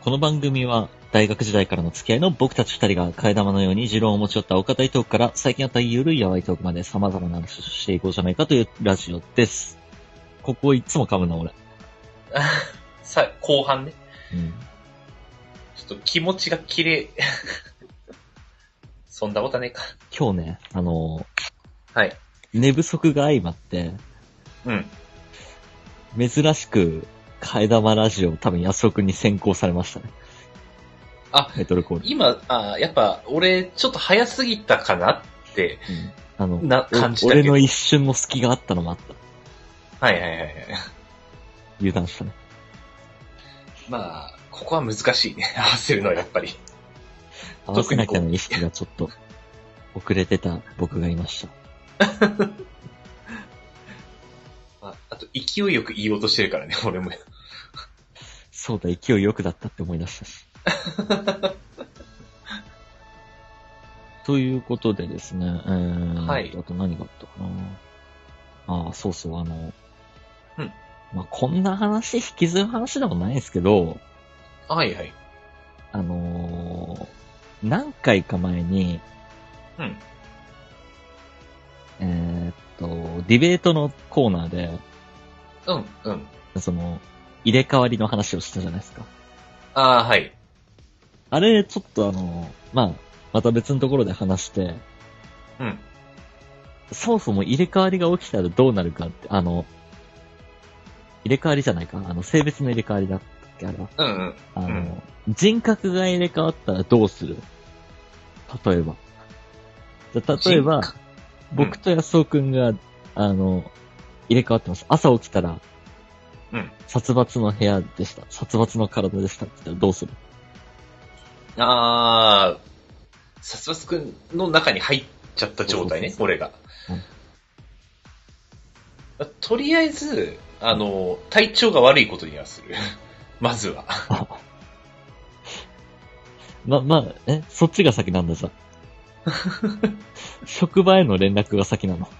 Speaker 1: この番組は、大学時代からの付き合いの僕たち二人が替え玉のように持論を持ち寄ったお堅いトークから最近あったゆるいやわいトークまで様々な話をしていこうじゃないかというラジオです。ここいつも噛むな、俺。
Speaker 2: さ、後半ね。
Speaker 1: うん。
Speaker 2: ちょっと気持ちが綺麗。 そんなことはねえか。
Speaker 1: 今日ね、あの
Speaker 2: はい。
Speaker 1: ー寝不足が相まって、
Speaker 2: うん。
Speaker 1: 珍しく、替え玉ラジオ、多分安尾くんに先行されましたね。
Speaker 2: あ
Speaker 1: タイトルコール。
Speaker 2: 今、あやっぱ、俺、ちょっと早すぎたかなって、
Speaker 1: うんあの、
Speaker 2: な、感じ
Speaker 1: お
Speaker 2: たけ
Speaker 1: 俺
Speaker 2: ど。
Speaker 1: の
Speaker 2: はい
Speaker 1: 一瞬の隙があったのもあった。
Speaker 2: はいはいはい。
Speaker 1: 油断したね。
Speaker 2: まあ、ここは難しいね。 合わせるのはやっぱり。
Speaker 1: 合わせなきゃの意識がちょっと、遅れてた僕がいました。
Speaker 2: ああと、勢いよく言おうとしてるからね、俺も。
Speaker 1: そうだ、勢いよくだったって思い出したし。 ということでですね、えー、
Speaker 2: はい
Speaker 1: あと何があったかな。ああ、そうそう、あの、
Speaker 2: うん。
Speaker 1: まあ、こんな話、引きずる話でもないですけど、
Speaker 2: はいはい。
Speaker 1: あのー何回か前に、
Speaker 2: うん。
Speaker 1: えーっと、ディベートのコーナーで、
Speaker 2: うん、うん。
Speaker 1: その、入れ替わりの話をしたじゃないですか。
Speaker 2: ああ、はい。
Speaker 1: あれ、ちょっとあの、まあ、また別のところで話して、
Speaker 2: うん
Speaker 1: そもそも入れ替わりが起きたらどうなるかって、あの、入れ替わりじゃないか、あの、性別の入れ替わりだっけ、あれは。
Speaker 2: うんうん。
Speaker 1: あの、
Speaker 2: うん
Speaker 1: 人格が入れ替わったらどうする例えば。じゃ例えば、
Speaker 2: 人格
Speaker 1: 僕と安尾くんが、あの、入れ替わってます。朝起きたら、
Speaker 2: うん
Speaker 1: 殺伐の部屋でした。殺伐の体でしたって言ったらどうする
Speaker 2: あー、殺伐くんの中に入っちゃった状態ね
Speaker 1: そうそう、そう
Speaker 2: 俺が
Speaker 1: うん。
Speaker 2: とりあえず、あの、体調が悪いことにはする。 まずは。
Speaker 1: ま、まあ、え、そっちが先なんだじゃあ職場への連絡が先なの。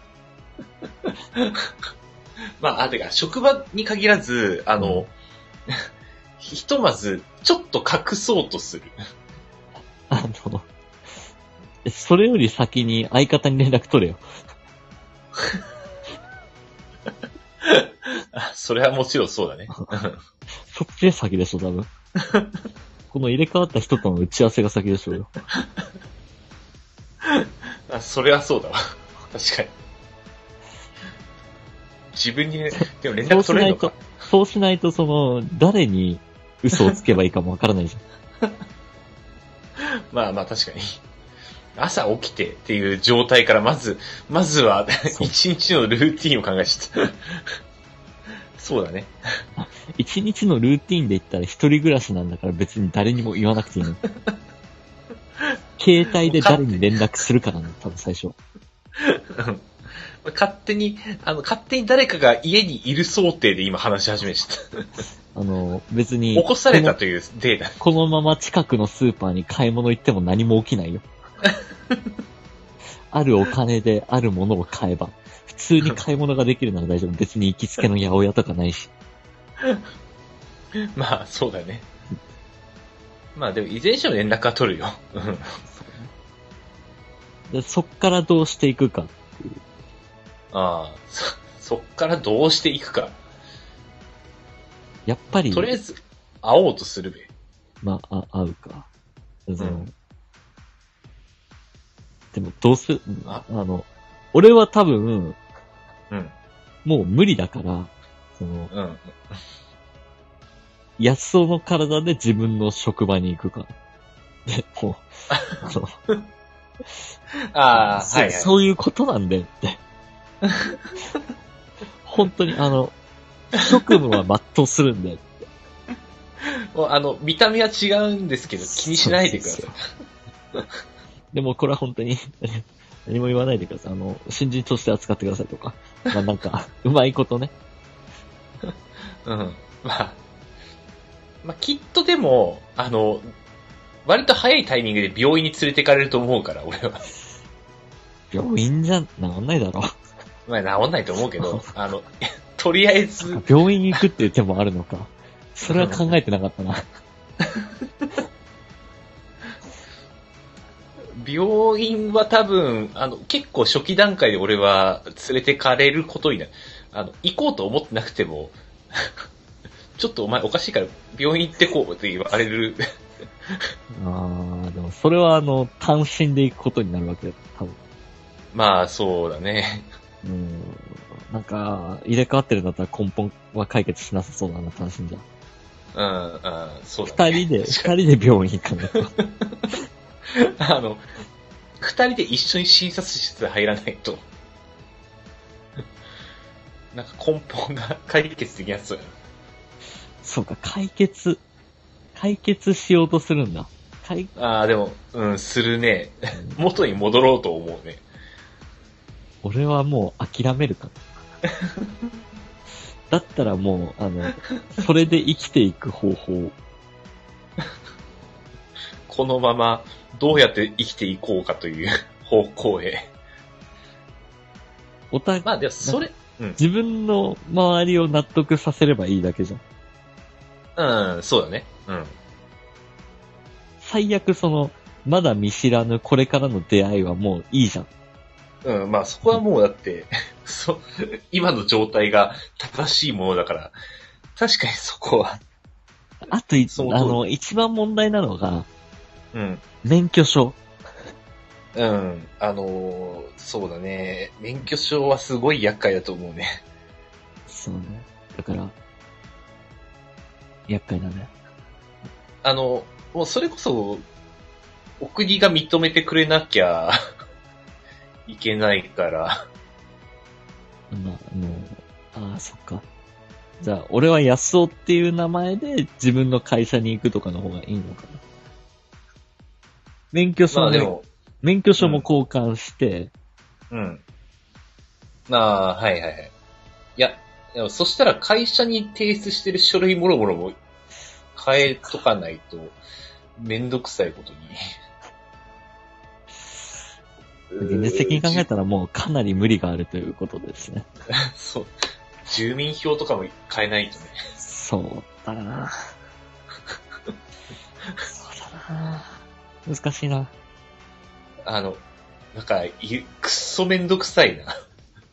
Speaker 2: まあ、あ、てか、職場に限らず、あの、 ひひとまず、ちょっと隠そうとする。
Speaker 1: あの、えそれより先に相方に連絡取れよ。
Speaker 2: あ それはもちろんそうだね。
Speaker 1: そっちが先でしょ、多分。この入れ替わった人との打ち合わせが先でしょうよ。
Speaker 2: あ、それはそうだわ。確かに。自分にね、でも連
Speaker 1: そう
Speaker 2: 絡
Speaker 1: し
Speaker 2: 取
Speaker 1: な
Speaker 2: れる
Speaker 1: い
Speaker 2: のか
Speaker 1: と。、そうしないと、その、誰に嘘をつけばいいかもわからないじゃん。
Speaker 2: まあまあ確かに。朝起きてっていう状態からまず、まずは
Speaker 1: そう
Speaker 2: 一日のルーティンを考えちゃった。そうだね。
Speaker 1: 一日のルーティンで言ったら一人暮らしなんだから別に誰にも言わなくていいの。携帯で誰に連絡するかなの、多分最初。
Speaker 2: うん勝手に、あの、勝手に誰かが家にいる想定で今話し始めちゃった。
Speaker 1: あの、別に。
Speaker 2: 起こされたというデータ。
Speaker 1: このまま近くのスーパーに買い物行っても何も起きない よ。あるお金であるものを買えば、普通に買い物ができるなら大丈夫。別に行きつけの八百屋とかないし。
Speaker 2: まあ、そうだね。まあでも、いずれにしても連絡は取るよ。うん
Speaker 1: でそっからどうしていくか。
Speaker 2: ああ、そ、そっからどうしていくか。
Speaker 1: やっぱり、
Speaker 2: とりあえず、会おうとするべ。
Speaker 1: まあ、あ会うか。その
Speaker 2: うん
Speaker 1: でも、どうするあ
Speaker 2: あ
Speaker 1: の、俺は多分、
Speaker 2: うん、
Speaker 1: もう無理だから、その、
Speaker 2: うん。
Speaker 1: 安尾の体で自分の職場に行くから。 で、もう、あの、
Speaker 2: ああ、
Speaker 1: そう
Speaker 2: はい、はい。
Speaker 1: そういうことなんだよって。 本当に、あの、職務は全うするんだよ。
Speaker 2: もうあの、見た目は違うんですけど、気にしないでください
Speaker 1: そう。でもこれは本当に、 何も言わないでください。あの、新人として扱ってくださいとか。まあなんか、うまいことね。
Speaker 2: うん。まあ、まあ、きっとでも、あの、割と早いタイミングで病院に連れてかれると思うから、俺は。
Speaker 1: 病院じゃ治んないだろ。
Speaker 2: まあ、治んないと思うけど、あの、 とりあえず、
Speaker 1: 病院に行くっていう手もあるのか。それは考えてなかったな。
Speaker 2: 病院は多分、あの、結構初期段階で俺は連れてかれることになる。あの、行こうと思ってなくても、 ちょっとお前おかしいから病院行ってこうって言われる。
Speaker 1: ああでもそれはあの、単身で行くことになるわけだ。多分。
Speaker 2: まあ、そうだね。
Speaker 1: うん。なんか、入れ替わってるんだったら根本は解決しなさそうだな、単身じゃ。
Speaker 2: うん、うん、そうだね。
Speaker 1: 二人で、二人で病院行かないと。
Speaker 2: あの、二人で一緒に診察室入らないと、 なんか根本が解決できなそうや
Speaker 1: そうか、解決、解決しようとするんだ。解、
Speaker 2: な。ああー、でも、うん、するね。元に戻ろうと思うね。
Speaker 1: 俺はもう諦めるかな。だったらもう、あの、それで生きていく方法。
Speaker 2: このまま、どうやって生きていこうかという 方向へ。
Speaker 1: お互い、
Speaker 2: まあ、でも、それ、
Speaker 1: 自分の周りを納得させればいいだけじゃん。
Speaker 2: うん、そうだね。うん。
Speaker 1: 最悪その、まだ見知らぬこれからの出会いはもういいじゃん。
Speaker 2: うん、まあ、そこはもうだって、 そ、今の状態が正しいものだから、確かにそこは、
Speaker 1: あとい、
Speaker 2: そ
Speaker 1: あ
Speaker 2: の通り
Speaker 1: の、一番問題なのが、
Speaker 2: うん。
Speaker 1: 免許証。
Speaker 2: うん。あのーそうだね。免許証はすごい厄介だと思うね。
Speaker 1: そうね。だから、厄介だね。
Speaker 2: あの、もうそれこそ、お国が認めてくれなきゃ いけない から。
Speaker 1: まあ、もう、ああ、そっか。じゃあ、俺は安尾っていう名前で自分の会社に行くとかの方がいいのかな。免許証
Speaker 2: ま
Speaker 1: も、
Speaker 2: あでも、
Speaker 1: 免許証も交換して、
Speaker 2: うん。まあ、はいはいはい。いや、でもそしたら会社に提出してる書類もろもろも変えとかないと、めんどくさいことに。
Speaker 1: 現実的に考えたらもうかなり無理があるということですね。
Speaker 2: そう。住民票とかも変えないとね。
Speaker 1: そうだ なそうだな難しいな。
Speaker 2: あの、なんか、いくっそめんどくさいな。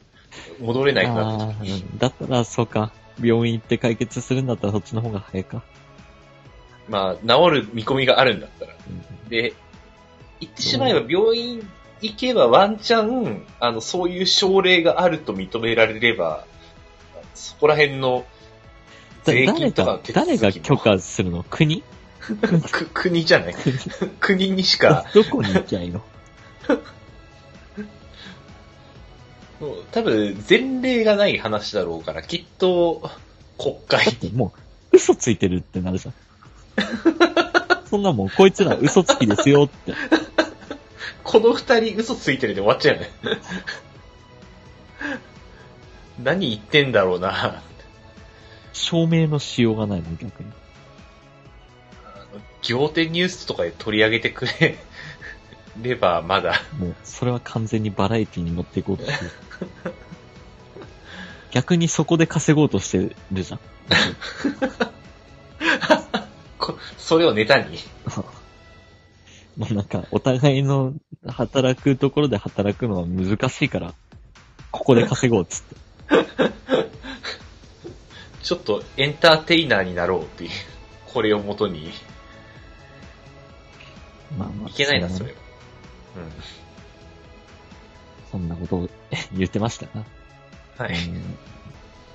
Speaker 2: 戻れないとなった
Speaker 1: あ
Speaker 2: 時に。
Speaker 1: ーだったら、そうか。病院行って解決するんだったらそっちの方が早いか。
Speaker 2: まあ、治る見込みがあるんだったら。
Speaker 1: うん
Speaker 2: で、言ってしまえば病院行けばワンチャン、あの、そういう症例があると認められれば、そこら辺の税
Speaker 1: だ
Speaker 2: 金
Speaker 1: 誰
Speaker 2: とか
Speaker 1: が、誰が許可するの国
Speaker 2: く国じゃない国にしか、
Speaker 1: どこに行きゃいいの
Speaker 2: もう多分前例がない話だろうから、きっと国
Speaker 1: だ
Speaker 2: 会
Speaker 1: ってもう、嘘ついてるってなるじゃん。そんなもん、こいつら嘘つきですよって。
Speaker 2: この二人嘘ついてるで終わっちゃうよね。何言ってんだろうな。
Speaker 1: 証明のしようがないもん、逆に。
Speaker 2: 仰天ニュースとかで取り上げてくれればまだ。
Speaker 1: もう、それは完全にバラエティに持っていこうとしてる。逆にそこで稼ごうとしてるじゃん。
Speaker 2: こそれをネタに。
Speaker 1: もうなんか、お互いの働くところで働くのは難しいから、ここで稼ごうっつっ て。
Speaker 2: ちょっとエンターテイナーになろうっていう。これをもとに。い
Speaker 1: まあまあ。
Speaker 2: けないな、そ
Speaker 1: ん
Speaker 2: れは。
Speaker 1: そんなことを言ってましたな。
Speaker 2: うん。はい。
Speaker 1: うん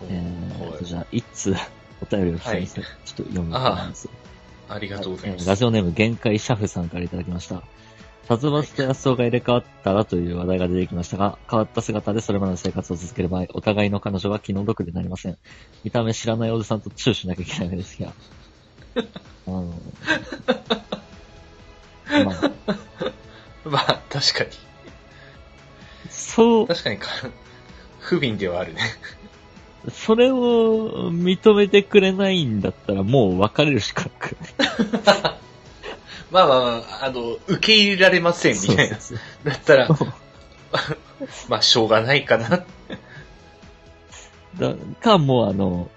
Speaker 1: えー
Speaker 2: はい
Speaker 1: じゃあ、一通お便りを来てます、ちょっと読むと思います。
Speaker 2: ありがとうございま
Speaker 1: ラ
Speaker 2: す。
Speaker 1: ジオネーム、限界シャフさんからいただきました。殺伐と野草が入れ替わったらという話題が出てきましたが、変わった姿でそれまでの生活を続ける場合、お互いの彼女は気の毒でなりません。見た目知らないおじさんとチューしなきゃいけないのです が。あの、まあ、
Speaker 2: まあ、確かに。
Speaker 1: そう、
Speaker 2: 確かにか、不憫ではあるね。
Speaker 1: それを認めてくれないんだったらもう別れるしかなく。
Speaker 2: まあまあまあ、あの、受け入れられません、みたいな。
Speaker 1: そう
Speaker 2: だったら
Speaker 1: そう、そう
Speaker 2: まあ、しょうがないかな。
Speaker 1: だか、もうあの、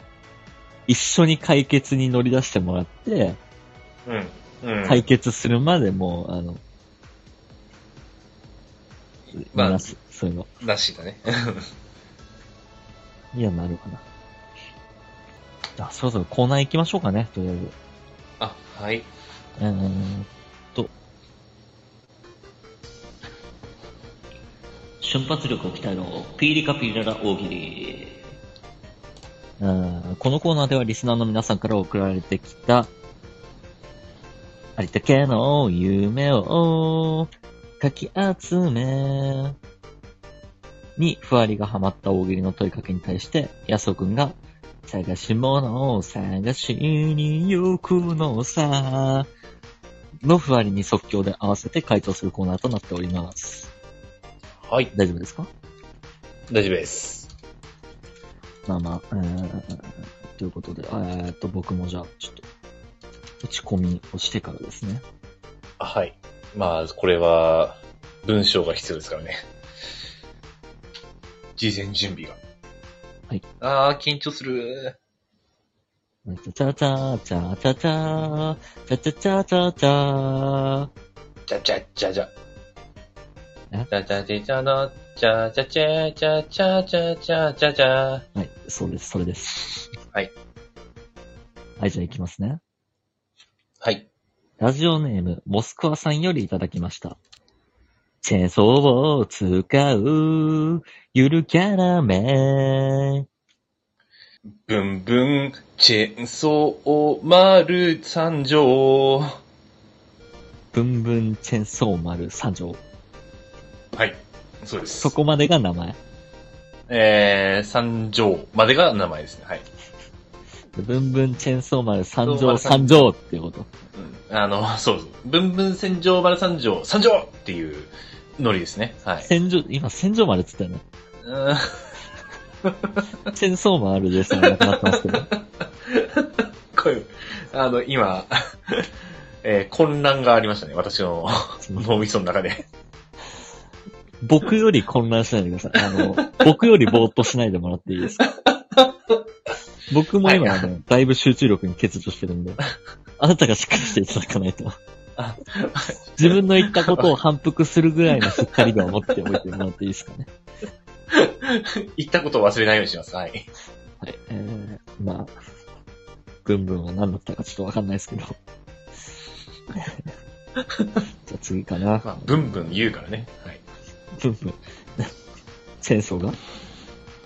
Speaker 1: 一緒に解決に乗り出してもらって、
Speaker 2: うん。うん。
Speaker 1: 解決するまでもう、あの、
Speaker 2: まあ
Speaker 1: なしそういうの。
Speaker 2: なしだね。
Speaker 1: いや、なるかな。あ、そろそろコーナー行きましょうかね、とりあえず。
Speaker 2: あ、はい。
Speaker 1: うーんと。瞬発力を鍛えろ、ピーリカピーララ大喜利。このコーナーではリスナーの皆さんから送られてきた、ありったけの夢をかき集め、にふわりがハマった大喜利の問いかけに対して、やそくんが探し物を探しに行くのさ。のふわりに即興で合わせて回答するコーナーとなっております。
Speaker 2: はい。
Speaker 1: 大丈夫ですか
Speaker 2: 大丈夫です。
Speaker 1: まあまあ、えー、ということで、えーっと、僕もじゃあ、ちょっと、打ち込みをしてからですね。
Speaker 2: あはい。まあ、これは、文章が必要ですからね。事前準備が。
Speaker 1: はい。
Speaker 2: ああ、緊張する。
Speaker 1: チャチャチャチャチャチャチャチャチャチャチャ
Speaker 2: じゃじゃじゃじゃ。
Speaker 1: え
Speaker 2: じゃじゃじゃじゃの、じゃじゃじゃじゃじゃじゃじゃじゃじゃ。
Speaker 1: はい、そうです、それです。
Speaker 2: はい。
Speaker 1: はい、じゃあ行きますね。
Speaker 2: はい。
Speaker 1: ラジオネーム、モスクワさんよりいただきました。チェーンソーを使う、ゆるキャラメン。
Speaker 2: ブンブン、チェーンソー、丸三条。は
Speaker 1: ブンブンチェーンソー丸三条。
Speaker 2: い。そうです。
Speaker 1: そこまでが名前。
Speaker 2: えー、三条までが名前ですね。はい。
Speaker 1: ブンブンチェーンソー丸三
Speaker 2: そう
Speaker 1: 条
Speaker 2: 丸三
Speaker 1: 三条ってこと。
Speaker 2: うん、あの、 そうそう。ブンブン戦場丸三条、三条っていうノリですね。 はい。
Speaker 1: 戦場、今戦場丸っつったよね。
Speaker 2: うん
Speaker 1: チェーンソー丸でしたらなくなってますけど。
Speaker 2: こういう、あの、今、 えー混乱がありましたね。私の 脳みその中で。
Speaker 1: 僕より混乱しないでください。あの、僕よりぼーっとしないでもらっていいですか僕も今、
Speaker 2: はい
Speaker 1: あの、だいぶ集中力に欠如してるんで、あなたがしっかりしていただかないと
Speaker 2: あ。
Speaker 1: 自分の言ったことを反復するぐらいのしっかり度を持っておいてもらっていいですかね。
Speaker 2: 言ったことを忘れないようにします。はい。
Speaker 1: はい。えー、まあ、ブンブンは何だったかちょっとわかんないですけど。じゃあ次かな。
Speaker 2: まあ、ブンブン言うからね。はい。
Speaker 1: ブンブン。戦争が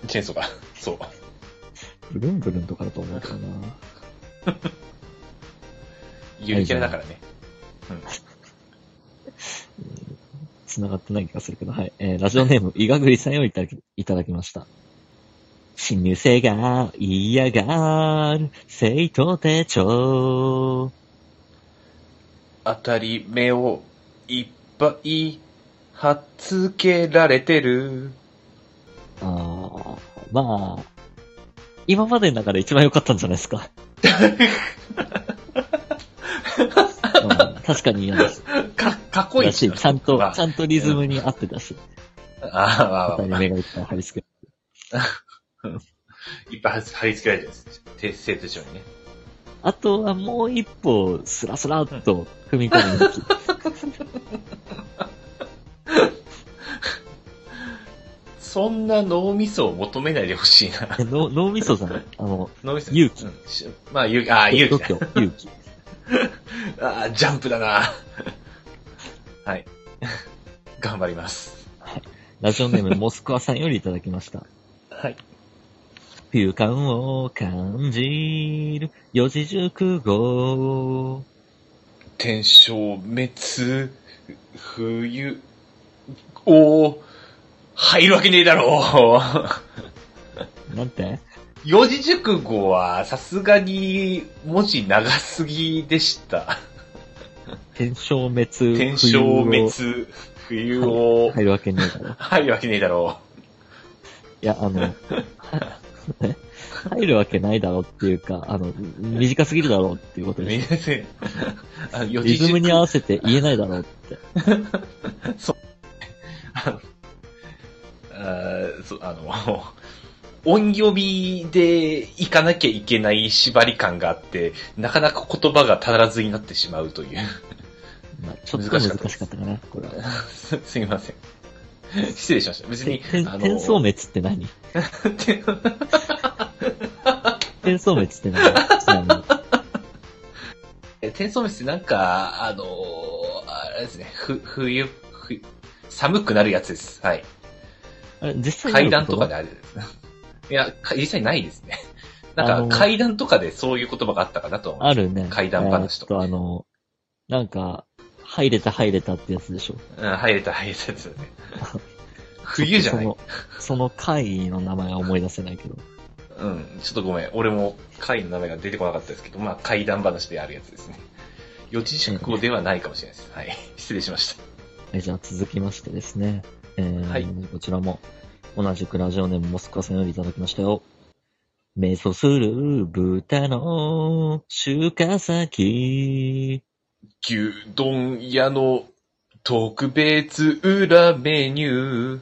Speaker 2: チェーンソーが。 そう。
Speaker 1: ブルンブルンとかだと思うけどな。
Speaker 2: ゆるキャラだからね。
Speaker 1: 繋がってない気がするけど、はい。えーラジオネーム、いがぐりさんよりいただきいただきました。死ぬせが嫌がる、生徒手帳。
Speaker 2: 当たり目をいっぱい、はっつけられてる。
Speaker 1: あー、まあ、今までの中で一番良かったんじゃないです か。うん確かに嫌です。
Speaker 2: か、かっこいい
Speaker 1: だしちゃんと、
Speaker 2: あ
Speaker 1: ちゃんとリズムに合ってたし、
Speaker 2: あ
Speaker 1: 当たり目がいっぱい貼り付け
Speaker 2: いっぱい貼り付けられてるんです。て生徒帳にね。
Speaker 1: あとはもう一歩、スラスラっと踏み込むべ き。
Speaker 2: そんな脳みそを求めないでほしい な。
Speaker 1: えの脳みそじゃないあの、
Speaker 2: 脳みそ。
Speaker 1: 勇気
Speaker 2: うんしまあ、勇気。ああ、勇気だ。
Speaker 1: 度胸勇気。
Speaker 2: ああ、ジャンプだな。 はい。 頑張ります。
Speaker 1: ラジオネーム、モスクワさんよりいただきました。
Speaker 2: はい。
Speaker 1: 勇敢を感じる、四字熟語。
Speaker 2: 天正滅、冬、お入るわけねえだろう。
Speaker 1: なんて
Speaker 2: 四字熟語は、さすがに、文字長すぎでした。
Speaker 1: 天正滅。
Speaker 2: 天正滅
Speaker 1: 冬を、
Speaker 2: 冬を、
Speaker 1: 入るわけね えだろ。
Speaker 2: 入るわけねえだろ
Speaker 1: いや、あの、 は入るわけないだろっていうか、あの、短すぎるだろうっていうこと
Speaker 2: う。
Speaker 1: で
Speaker 2: みん
Speaker 1: す。
Speaker 2: なで、あの四
Speaker 1: リ
Speaker 2: 字
Speaker 1: ズム
Speaker 2: 熟
Speaker 1: に合わせて言えないだろうって。
Speaker 2: あーそう、あの、音読みで行かなきゃいけない縛り感があって、なかなか言葉が足らずになってしまうという。
Speaker 1: まあ、ちょっと難しかったかな、これは。
Speaker 2: すすみません。失礼しました。別に
Speaker 1: て、天
Speaker 2: あの、
Speaker 1: 天相滅って何
Speaker 2: て
Speaker 1: 天相滅って何ちなみに。
Speaker 2: え転送ってなんか、あの、あれですね、ふ、冬、ふ寒くなるやつです。はい。
Speaker 1: あれ実際
Speaker 2: 階段とか
Speaker 1: で
Speaker 2: であれです。いや、か実際ないですね。
Speaker 1: あ
Speaker 2: な
Speaker 1: の
Speaker 2: んか、階段とかでそういう言葉があったかなとは思います
Speaker 1: あるね。
Speaker 2: 怪談話とか
Speaker 1: えーっと、あの、なんか、入れた入れたってやつでしょ。
Speaker 2: うん、入れた、入れたですよね。冬じゃない
Speaker 1: ちょっとその、その会の名前は思い出せないけど。
Speaker 2: うん、ちょっとごめん。俺も会の名前が出てこなかったですけど、まあ、怪談話であるやつですね。予知熟語ではないかもしれないです。はい。失礼しました。
Speaker 1: えじゃあ続きましてですね。えー
Speaker 2: はい
Speaker 1: こちらも、同じくラジオネームモスクワさんよりいただきましたよ。瞑想する豚の出荷先。
Speaker 2: 牛丼屋の特別裏メニュー。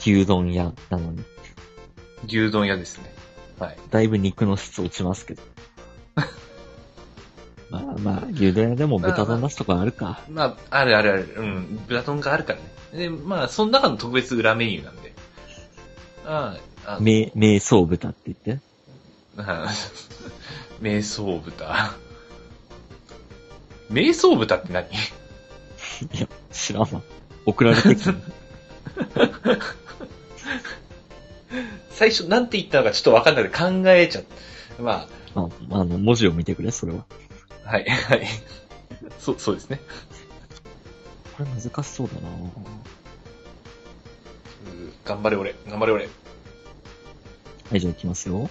Speaker 1: 牛丼屋なのに。
Speaker 2: 牛丼屋ですね。はい。
Speaker 1: だいぶ肉の質落ちます けど。まあまあ、牛丼屋でも豚丼出すとかあるか。
Speaker 2: まあ、あるあるある。うん。ブラトンがあるからね。で、まあ、その中の特別裏メニューなんで。ああ、あ
Speaker 1: め、瞑想豚って言って。
Speaker 2: あ瞑想豚。瞑想豚って何
Speaker 1: いや、知らんわ。送られてき た。
Speaker 2: 最初なんて言ったのかちょっとわかんないで考えちゃった。ま
Speaker 1: まあ、あの、文字を見てくれ、それは。
Speaker 2: あ、はい、はい。そう、そうですね。
Speaker 1: これ難しそうだな
Speaker 2: うー頑張れ俺、頑張れ俺。
Speaker 1: はい、じゃあ行きますよ。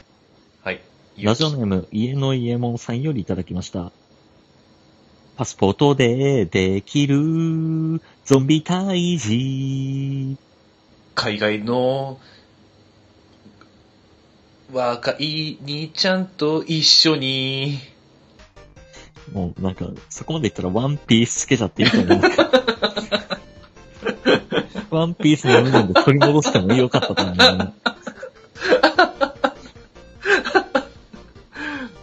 Speaker 2: はい。
Speaker 1: ラジオネーム、家の家門さんよりいただきました。パスポートでできるゾンビ退治。
Speaker 2: 海外の若い兄ちゃんと一緒に。
Speaker 1: もうなんか、そこまで言ったらワンピースつけちゃっていいと 思う。ワンピースの部分で取り戻してもよかったと思う。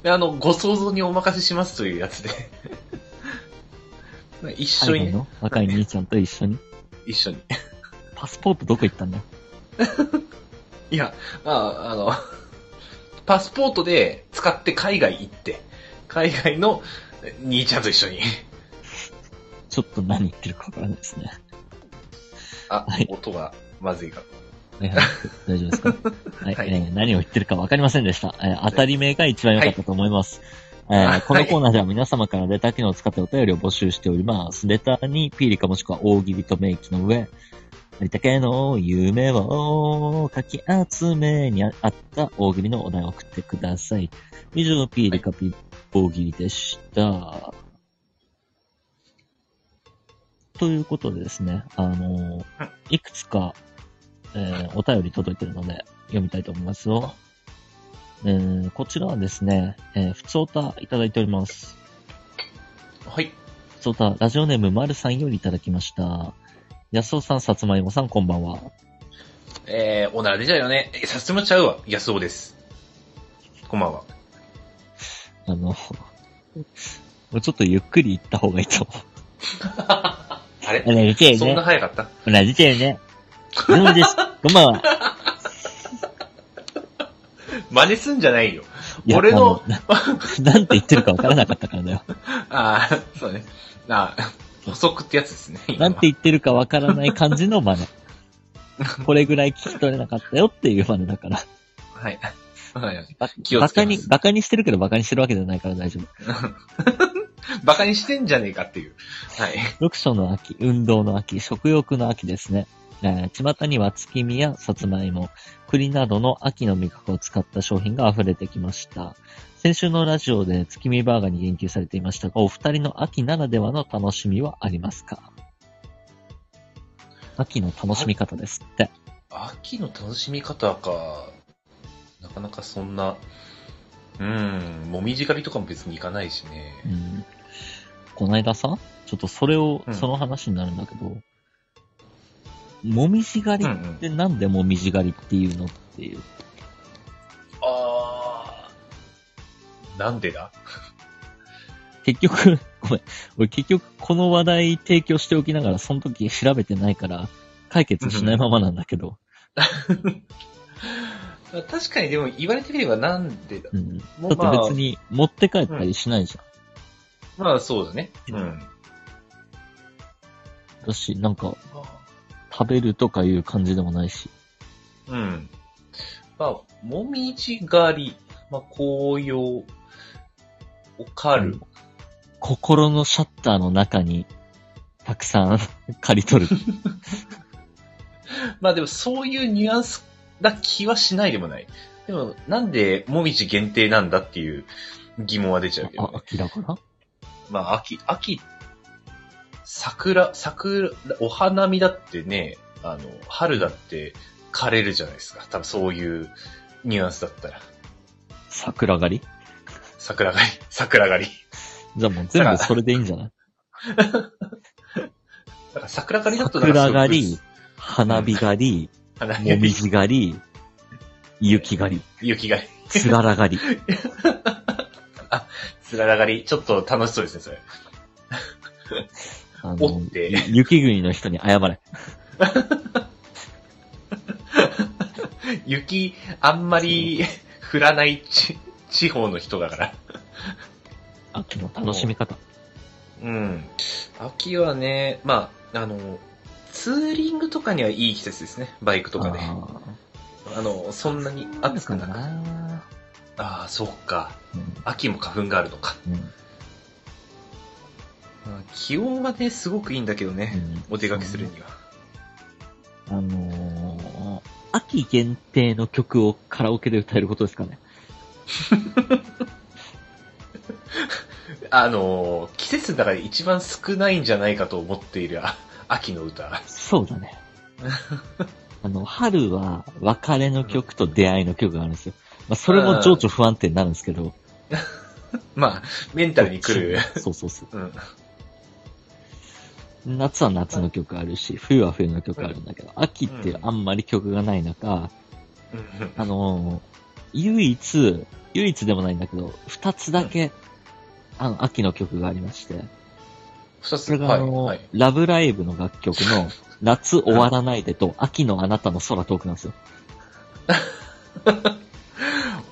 Speaker 2: であの、ご想像にお任せしますというやつで。 一緒
Speaker 1: 海外
Speaker 2: にね、
Speaker 1: の若い兄ちゃんと一緒に。
Speaker 2: 一緒に。
Speaker 1: パスポートどこ行ったんだよ。
Speaker 2: いや、ああの、パスポートで使って海外行って、海外の兄ちゃんと一緒に。
Speaker 1: ちょっと何言ってるかわからないですね。
Speaker 2: あ、
Speaker 1: はい
Speaker 2: 音がまずいか。
Speaker 1: はいはい、大丈夫 ですか、はい
Speaker 2: はい
Speaker 1: えー何を言ってるか分かりませんでした。えー当たり目が一番良かったと思います。えー
Speaker 2: はい
Speaker 1: このコーナーでは皆様からレター機能を使ってお便りを募集しております。レターにピーリかもしくは大喜利と明記の上、有田家の夢をかき集めにあった大喜利のお題を送ってください。以上、ピーリかピ大喜利でした。ということでですね、あのー
Speaker 2: はい
Speaker 1: くつか、えーお便り届いてるので、読みたいと思いますよ。えーこちらはですね、えー、普通おたいただいております。
Speaker 2: はい。
Speaker 1: 普通おた、ラジオネームまるさんよりいただきました。安尾さん、さつまいもさん、こんばんは。
Speaker 2: えー、おなら出ちゃうよね。え、さすまちゃうわ。安尾です。こんばんは。
Speaker 1: あの、もうちょっとゆっくり行った方がいいと思う。
Speaker 2: あ れ
Speaker 1: 同じだ
Speaker 2: そんな。早かった
Speaker 1: 同じだよね。どうもです。こんばん は。
Speaker 2: 真似すんじゃないよ。
Speaker 1: いや
Speaker 2: 俺の
Speaker 1: あな なんて言ってるかわからなかったからだよ。
Speaker 2: ああ、そうね。ああ、補足ってやつですね。今
Speaker 1: なんて言ってるかわからない感じの真似。これぐらい聞き取れなかったよっていう真似だから。
Speaker 2: はい。はい。
Speaker 1: ば
Speaker 2: 気を
Speaker 1: バ
Speaker 2: つけ
Speaker 1: カ
Speaker 2: ま
Speaker 1: に、
Speaker 2: す
Speaker 1: バカにしてるけどバカにしてるわけじゃないから大丈夫。
Speaker 2: バカにしてんじゃねえかっていう。はい。
Speaker 1: 読書の秋、運動の秋、食欲の秋ですね。えー、巷には月見やさつまいも、栗などの秋の味覚を使った商品が溢れてきました。先週のラジオで月見バーガーに言及されていましたが、お二人の秋ならではの楽しみはありますか秋の楽しみ方ですって。
Speaker 2: 秋の楽しみ方か。なかなかそんな、うん、もみじ狩りとかも別に行かないしね。
Speaker 1: うんこないださ、ちょっとそれを
Speaker 2: う、ん
Speaker 1: その話になるんだけど、もみじ狩
Speaker 2: うんう
Speaker 1: りっ
Speaker 2: ん。
Speaker 1: てなんでもみじ狩りっていうのっていう。
Speaker 2: ああ。なんでだ
Speaker 1: 結局、 ごめん。俺結局この話題提供しておきながら、その時調べてないから、解決しないままなんだけど。
Speaker 2: 確かにでも言われてみればなんでだ
Speaker 1: うん。だ
Speaker 2: も
Speaker 1: っ
Speaker 2: うまあ
Speaker 1: て別に持って帰ったりしないじゃん。
Speaker 2: まあそうだね。うん。
Speaker 1: だし、なんか、食べるとかいう感じでもないし。
Speaker 2: うん。まあ、もみじ狩り、まあ紅葉、オカル、
Speaker 1: 心のシャッターの中に、たくさん 刈り取る。
Speaker 2: まあでもそういうニュアンスな気はしないでもない。でも、なんで、もみじ限定なんだっていう疑問は出ちゃうけど、
Speaker 1: あ、
Speaker 2: ね。
Speaker 1: 秋だから
Speaker 2: まあ、秋、秋、桜、桜、お花見だってね、あの、春だって枯れるじゃないですか。多分そういうニュアンスだったら。
Speaker 1: 桜狩り
Speaker 2: 桜狩り、 桜狩り。
Speaker 1: じゃあもう全部それでいいんじゃない
Speaker 2: だから桜狩りだとなんか
Speaker 1: 桜狩
Speaker 2: す
Speaker 1: り
Speaker 2: ごく、
Speaker 1: 花火狩
Speaker 2: 花
Speaker 1: り、もみ
Speaker 2: 見、
Speaker 1: じ狩り、雪狩り、
Speaker 2: 雪 狩り、
Speaker 1: つらら狩り。
Speaker 2: つらら狩り。ちょっと楽しそうですね、それ。
Speaker 1: あ
Speaker 2: お
Speaker 1: の
Speaker 2: っ、て。
Speaker 1: 雪国の人に謝れ。
Speaker 2: 雪、あんまり降らないち地方の人だから。
Speaker 1: 秋の楽しみ方。
Speaker 2: うん。秋はね、まあ、あの、ツーリングとかにはいい季節ですね。バイクとかで。あ
Speaker 1: あ
Speaker 2: の、そんなに
Speaker 1: ー
Speaker 2: 暑くなく。あ
Speaker 1: な
Speaker 2: あー、そっか。
Speaker 1: うん
Speaker 2: 秋も花粉があるのか。
Speaker 1: うん
Speaker 2: うん気温はね、すごくいいんだけどね。お出かけするには。
Speaker 1: あのー、秋限定の曲をカラオケで歌えることですかね。
Speaker 2: あの、季節の中で一番少ないんじゃないかと思っているあ秋の歌。
Speaker 1: そうだね。あの、春は別れの曲と出会いの曲があるんですよ。まあ、それも情緒不安定になるんですけど。
Speaker 2: まあ、メンタルに来る。
Speaker 1: そうそうそう。
Speaker 2: うん。
Speaker 1: 夏は夏の曲あるし、冬は冬の曲あるんだけど、秋ってあんまり曲がない中、
Speaker 2: うん
Speaker 1: あのー唯一、唯一でもないんだけど、二つだけ、あの、秋の曲がありまして、
Speaker 2: 二つ
Speaker 1: それがあの、
Speaker 2: はい。
Speaker 1: ラブライブの楽曲の、夏終わらないでと、秋のあなたの空トークなんですよ。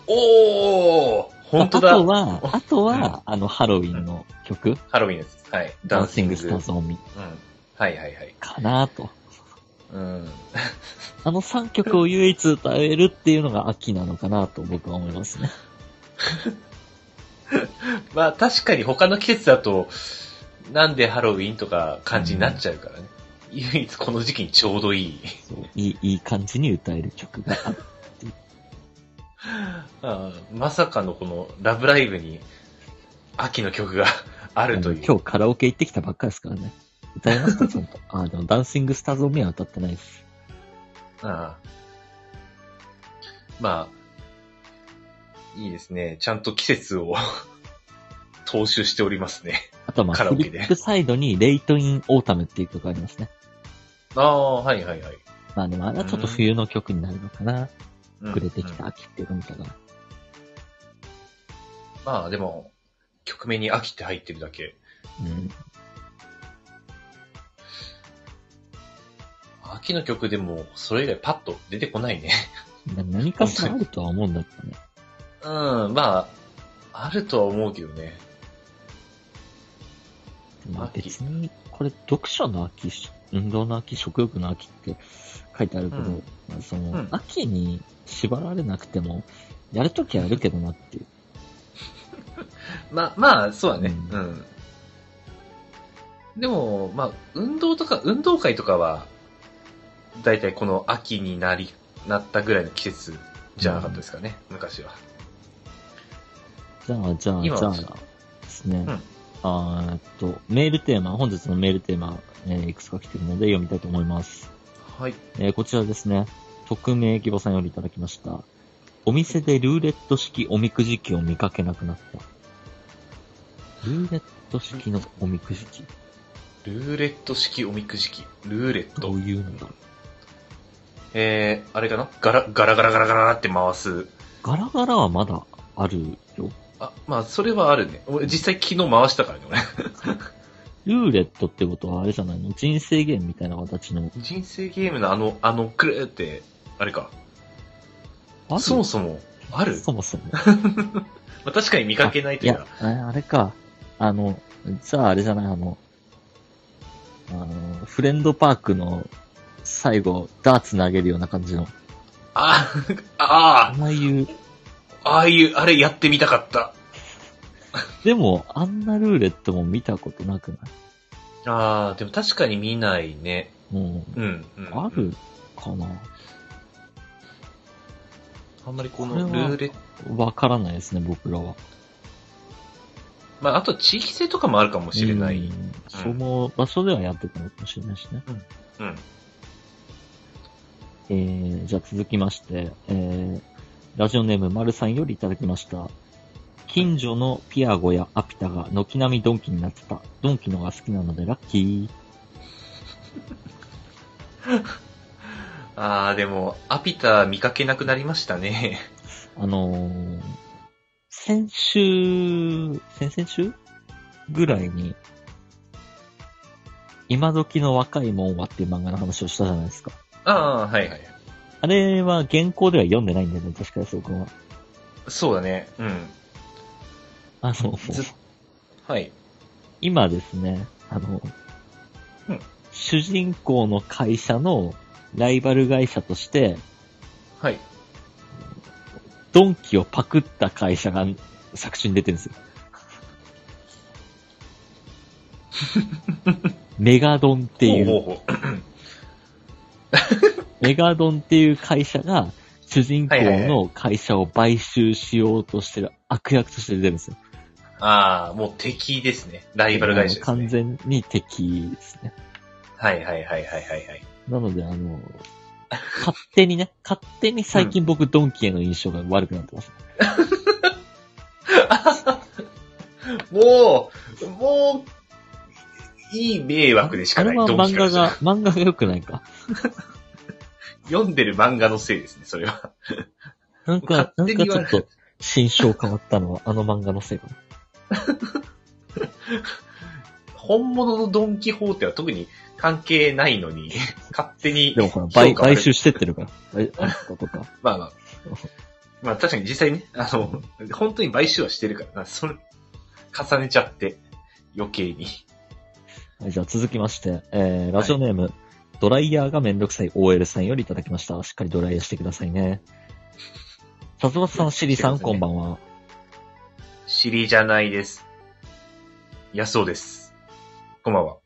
Speaker 2: おー本当だ
Speaker 1: あとは、あとは、あの、ハロウィンの曲、
Speaker 2: ハロウィンのやつ。はい。
Speaker 1: ダンシングスターズオンミ
Speaker 2: うん。はいはいはい。
Speaker 1: かなと。
Speaker 2: うん。
Speaker 1: あの3曲を唯一歌えるっていうのが秋なのかなと僕は思いますね。
Speaker 2: まあ確かに他の季節だと、なんでハロウィンとか感じになっちゃうからね。唯一この時期にちょうどいい。
Speaker 1: そういい、いい感じに歌える曲がある。
Speaker 2: あーまさかのこのラブライブに秋の曲が あるという。
Speaker 1: 今日カラオケ行ってきたばっかりですからね。歌いました、ちゃんと。 あ、でもダンシングスターズオンミは歌ってないです。
Speaker 2: ああまあ、いいですね。ちゃんと季節を 踏襲しておりますね。
Speaker 1: あとはまあ、
Speaker 2: カラ
Speaker 1: フ
Speaker 2: オケ
Speaker 1: リ
Speaker 2: で
Speaker 1: ップサイドに、レイトインオータムっていう曲がありますね。
Speaker 2: ああ、はいはいはい。
Speaker 1: まあでも、あれはちょっと冬の曲になるのかな。
Speaker 2: うん
Speaker 1: 暮れてき
Speaker 2: う
Speaker 1: た
Speaker 2: ん
Speaker 1: 秋っていうのから。
Speaker 2: まあでも、曲名に秋って入ってるだけ。
Speaker 1: うん。
Speaker 2: 秋の曲でも、それ以外パッと出てこないね。
Speaker 1: な何かしらあるとは思うんだけどね。
Speaker 2: うん、まあ、あるとは思うけどね。
Speaker 1: まあ別に、これ読書の秋、運動の秋、食欲の秋って書いてあるけど、
Speaker 2: うん
Speaker 1: まあその、
Speaker 2: うん
Speaker 1: 秋に縛られなくても、やるときはやるけどなっていう。
Speaker 2: まあ、まあ、そうだね。
Speaker 1: う
Speaker 2: うんん。でも、まあ、運動とか、運動会とかは、だいたいこの秋になり、なったぐらいの季節じゃなかったですかね、昔は。
Speaker 1: じゃあ、じゃあ、じ
Speaker 2: 今
Speaker 1: ゃ
Speaker 2: は
Speaker 1: あ、
Speaker 2: ちょっと
Speaker 1: ですね。
Speaker 2: ん
Speaker 1: あーえっと、メールテーマ、本日のメールテーマ、えーいくつか来てるので読みたいと思います。
Speaker 2: はい。
Speaker 1: えーこちらですね。匿名希望さんよりいただきました。お店でルーレット式おみくじ機を見かけなくなった。ルーレット式のおみくじ機
Speaker 2: ルーレット式おみくじ機。ルーレッ
Speaker 1: ど
Speaker 2: ト。
Speaker 1: ういうのだろう
Speaker 2: えー、あれかなガラ、ガラガラガラガラって回す。
Speaker 1: ガラガラはまだあるよ。
Speaker 2: あ、まあ、それはあるね。俺、実際昨日回したからね、俺。
Speaker 1: ルーレットってことはあれじゃないの人生ゲームみたいな形の。
Speaker 2: 人生ゲームのあの、あの、くるーって、あれか。
Speaker 1: ある
Speaker 2: そもそも、ある、
Speaker 1: そもそも。
Speaker 2: まあ、確かに見かけないと
Speaker 1: い
Speaker 2: いうか
Speaker 1: や。、ああれか。あの、じゃああれじゃない、あの、あの、フレンドパークの最後、ダーツ投げるような感じの。
Speaker 2: あ、
Speaker 1: あ
Speaker 2: あ
Speaker 1: あいう、
Speaker 2: あ、ああいう、あれやってみたかった。
Speaker 1: でも、あんなルーレットも見たことなくない
Speaker 2: ああ、でも確かに見ないね。
Speaker 1: もう、
Speaker 2: うん、うん。
Speaker 1: あるかな
Speaker 2: あんまりこの
Speaker 1: これは
Speaker 2: ルーレット。
Speaker 1: わからないですね、僕らは。
Speaker 2: まあ、あと地域性とかもあるかもしれない。う。
Speaker 1: うんんその場所ではやってたのかもしれないしね。えー、じゃあ続きまして、えー、ラジオネーム丸さんよりいただきました。近所のピアゴやアピタが軒並みドンキになってた。ドンキのが好きなのでラッキ
Speaker 2: ああ、でも、アピタ見かけなくなりましたね。
Speaker 1: ー。あのー、先週、先々週ぐらいに、今時の若いもんはっていう漫画の話をしたじゃないですか。
Speaker 2: ああ、はいはい。
Speaker 1: あれは原稿では読んでないんだよね、確かにそうくんは。
Speaker 2: そうだね。うん。
Speaker 1: あの、
Speaker 2: ずはい。
Speaker 1: 今ですね、あの、
Speaker 2: うん
Speaker 1: 主人公の会社のライバル会社として、
Speaker 2: はい。
Speaker 1: ドンキをパクった会社が作中に出てるんで すよ。メガドンっていう。
Speaker 2: ほうほうほ
Speaker 1: メガドンっていう会社が、主人公
Speaker 2: はいはいは
Speaker 1: の会社を買収しようとしてる悪役として出てるんですよ。
Speaker 2: うああ、もう敵ですね。ライバル会社です
Speaker 1: 完
Speaker 2: ね。
Speaker 1: 全に敵ですね。
Speaker 2: はいはいはいはいはいはい。
Speaker 1: なので、あの、勝手にね、勝手に最近僕、ドンキへの印象が悪くなってます。
Speaker 2: もう、もう、いい迷惑でし
Speaker 1: あ
Speaker 2: か
Speaker 1: れ
Speaker 2: ない。
Speaker 1: は
Speaker 2: ドンキ
Speaker 1: 漫
Speaker 2: から
Speaker 1: 画
Speaker 2: したら
Speaker 1: が、漫画が良くないか。
Speaker 2: 読んでる漫画のせいですね、それは。
Speaker 1: なんか、なん
Speaker 2: 勝手
Speaker 1: かち
Speaker 2: に言わ
Speaker 1: ょ
Speaker 2: れ
Speaker 1: っと、心象変わったのは、あの漫画のせいかな。
Speaker 2: 本物のドンキホーテは特に関係ないの に、勝手に
Speaker 1: でもほら、買、
Speaker 2: 評価され
Speaker 1: 買
Speaker 2: る
Speaker 1: 収してってるから。買あそことか。
Speaker 2: まあまあ。まあ確かに実際ね、あの、本当に買収はしてるからな、それ、重ねちゃって、余計に。
Speaker 1: はい、じゃあ続きまして、えー、ラジオネーム、ドライヤーがめんどくさい OL さんよりいただきました。しっかりドライヤーしてくださいね。さつまさん、シリさん、
Speaker 2: してください
Speaker 1: こ
Speaker 2: ね
Speaker 1: んばんは。
Speaker 2: 尻じゃないです。いや、そうです。こんばんは。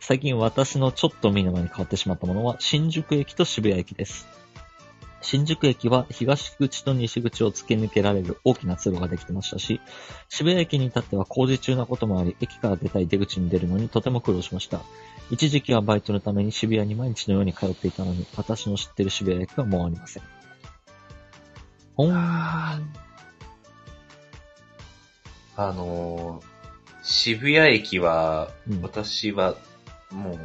Speaker 1: 最近私のちょっと見ぬ間に変わってしまったものは、新宿駅と渋谷駅です。新宿駅は東口と西口を突き抜けられる大きな通路ができてましたし、渋谷駅に至っては工事中なこともあり、駅から出たい出口に出るのにとても苦労しました。一時期はバイトのために渋谷に毎日のように通っていたのに、私の知ってる渋谷駅はもうありません。ほん、
Speaker 2: あのー渋谷駅は、
Speaker 1: うん
Speaker 2: 私は、もう、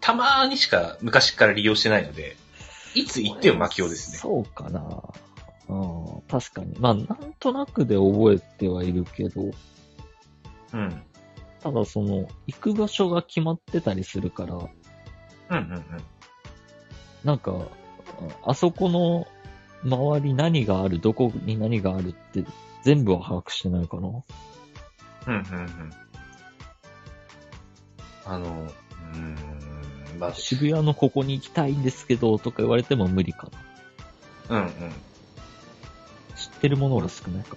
Speaker 2: たまーにしか昔から利用してないので、いつ行っても巻きようですね。
Speaker 1: そうかな。うん、確かに。まあ、なんとなくで覚えてはいるけど、
Speaker 2: うん。うん
Speaker 1: ただその、行く場所が決まってたりするから、
Speaker 2: うんうん。
Speaker 1: なんか、ああそこの周り何がある、どこに何があるって、全部は把握してないかな。
Speaker 2: うんうんうん。あの、うーん、まあ、
Speaker 1: 渋谷のここに行きたいんですけど、とか言われても無理か
Speaker 2: うんうん。
Speaker 1: な。知ってるものが少ないか。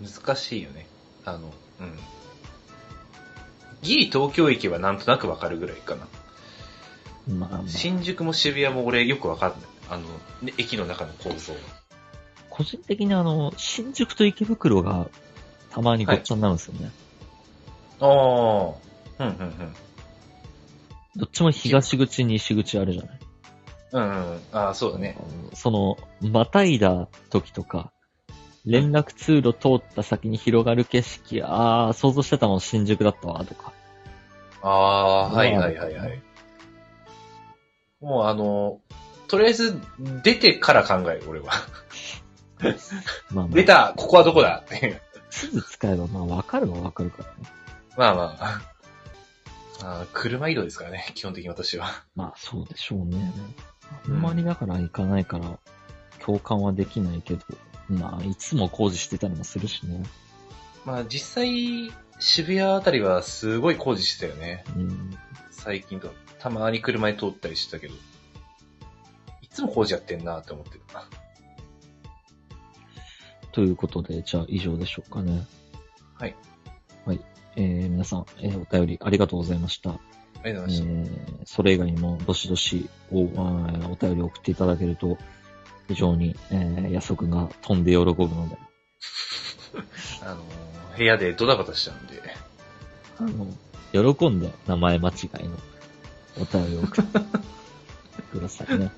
Speaker 2: うん。難しいよね。あの、うん。ギリ東京駅はなんとなくわかるぐらいかな。
Speaker 1: まあ、まあ、
Speaker 2: 新宿も渋谷も俺よくわかんない。あの、ね駅の中の構造。
Speaker 1: 個人的にあの、新宿と池袋がたまにごっちゃになるんですよね。
Speaker 2: ああ。うんうん
Speaker 1: どっちも東口、西口あるじゃない。
Speaker 2: うん。うんうん。ああ、そうだね。
Speaker 1: その、またいだ時とか、連絡通路通った先に広がる景色、ああ、想像してたもん新宿だったわ、とか。
Speaker 2: ああー、はいはいはいはい。もうあの、とりあえず出てから考える、俺は。
Speaker 1: まあま
Speaker 2: 出
Speaker 1: あ、
Speaker 2: たここはどこだ っていう。
Speaker 1: 地図使えば、まあ、わかるはわかるからね。
Speaker 2: まあまあ。あー車移動ですからね、基本的に私は。
Speaker 1: まあ、そうでしょうね。あんまりだから行かないから、共感はできないけど、まあ、いつも工事してたりもするしね。
Speaker 2: まあ実際、渋谷あたりはすごい工事してたよね。
Speaker 1: うん。
Speaker 2: 最近と。たまに車で通ったりしてたけど。いつも工事やってんなって思ってる。
Speaker 1: ということで、じゃあ以上でしょうかね。
Speaker 2: はい。
Speaker 1: はい。えー、皆さん、えーお便りありがとうございました。
Speaker 2: ありがとうご
Speaker 1: え
Speaker 2: ざいまし
Speaker 1: ーそれ以外にも、どしどしおあーお便りを送っていただけると、非常に、えー、安尾くんが飛んで喜ぶので、
Speaker 2: た。あのー、部屋でドタバタしたんで。
Speaker 1: あの、喜んで名前間違いのお便りを送ってください ね。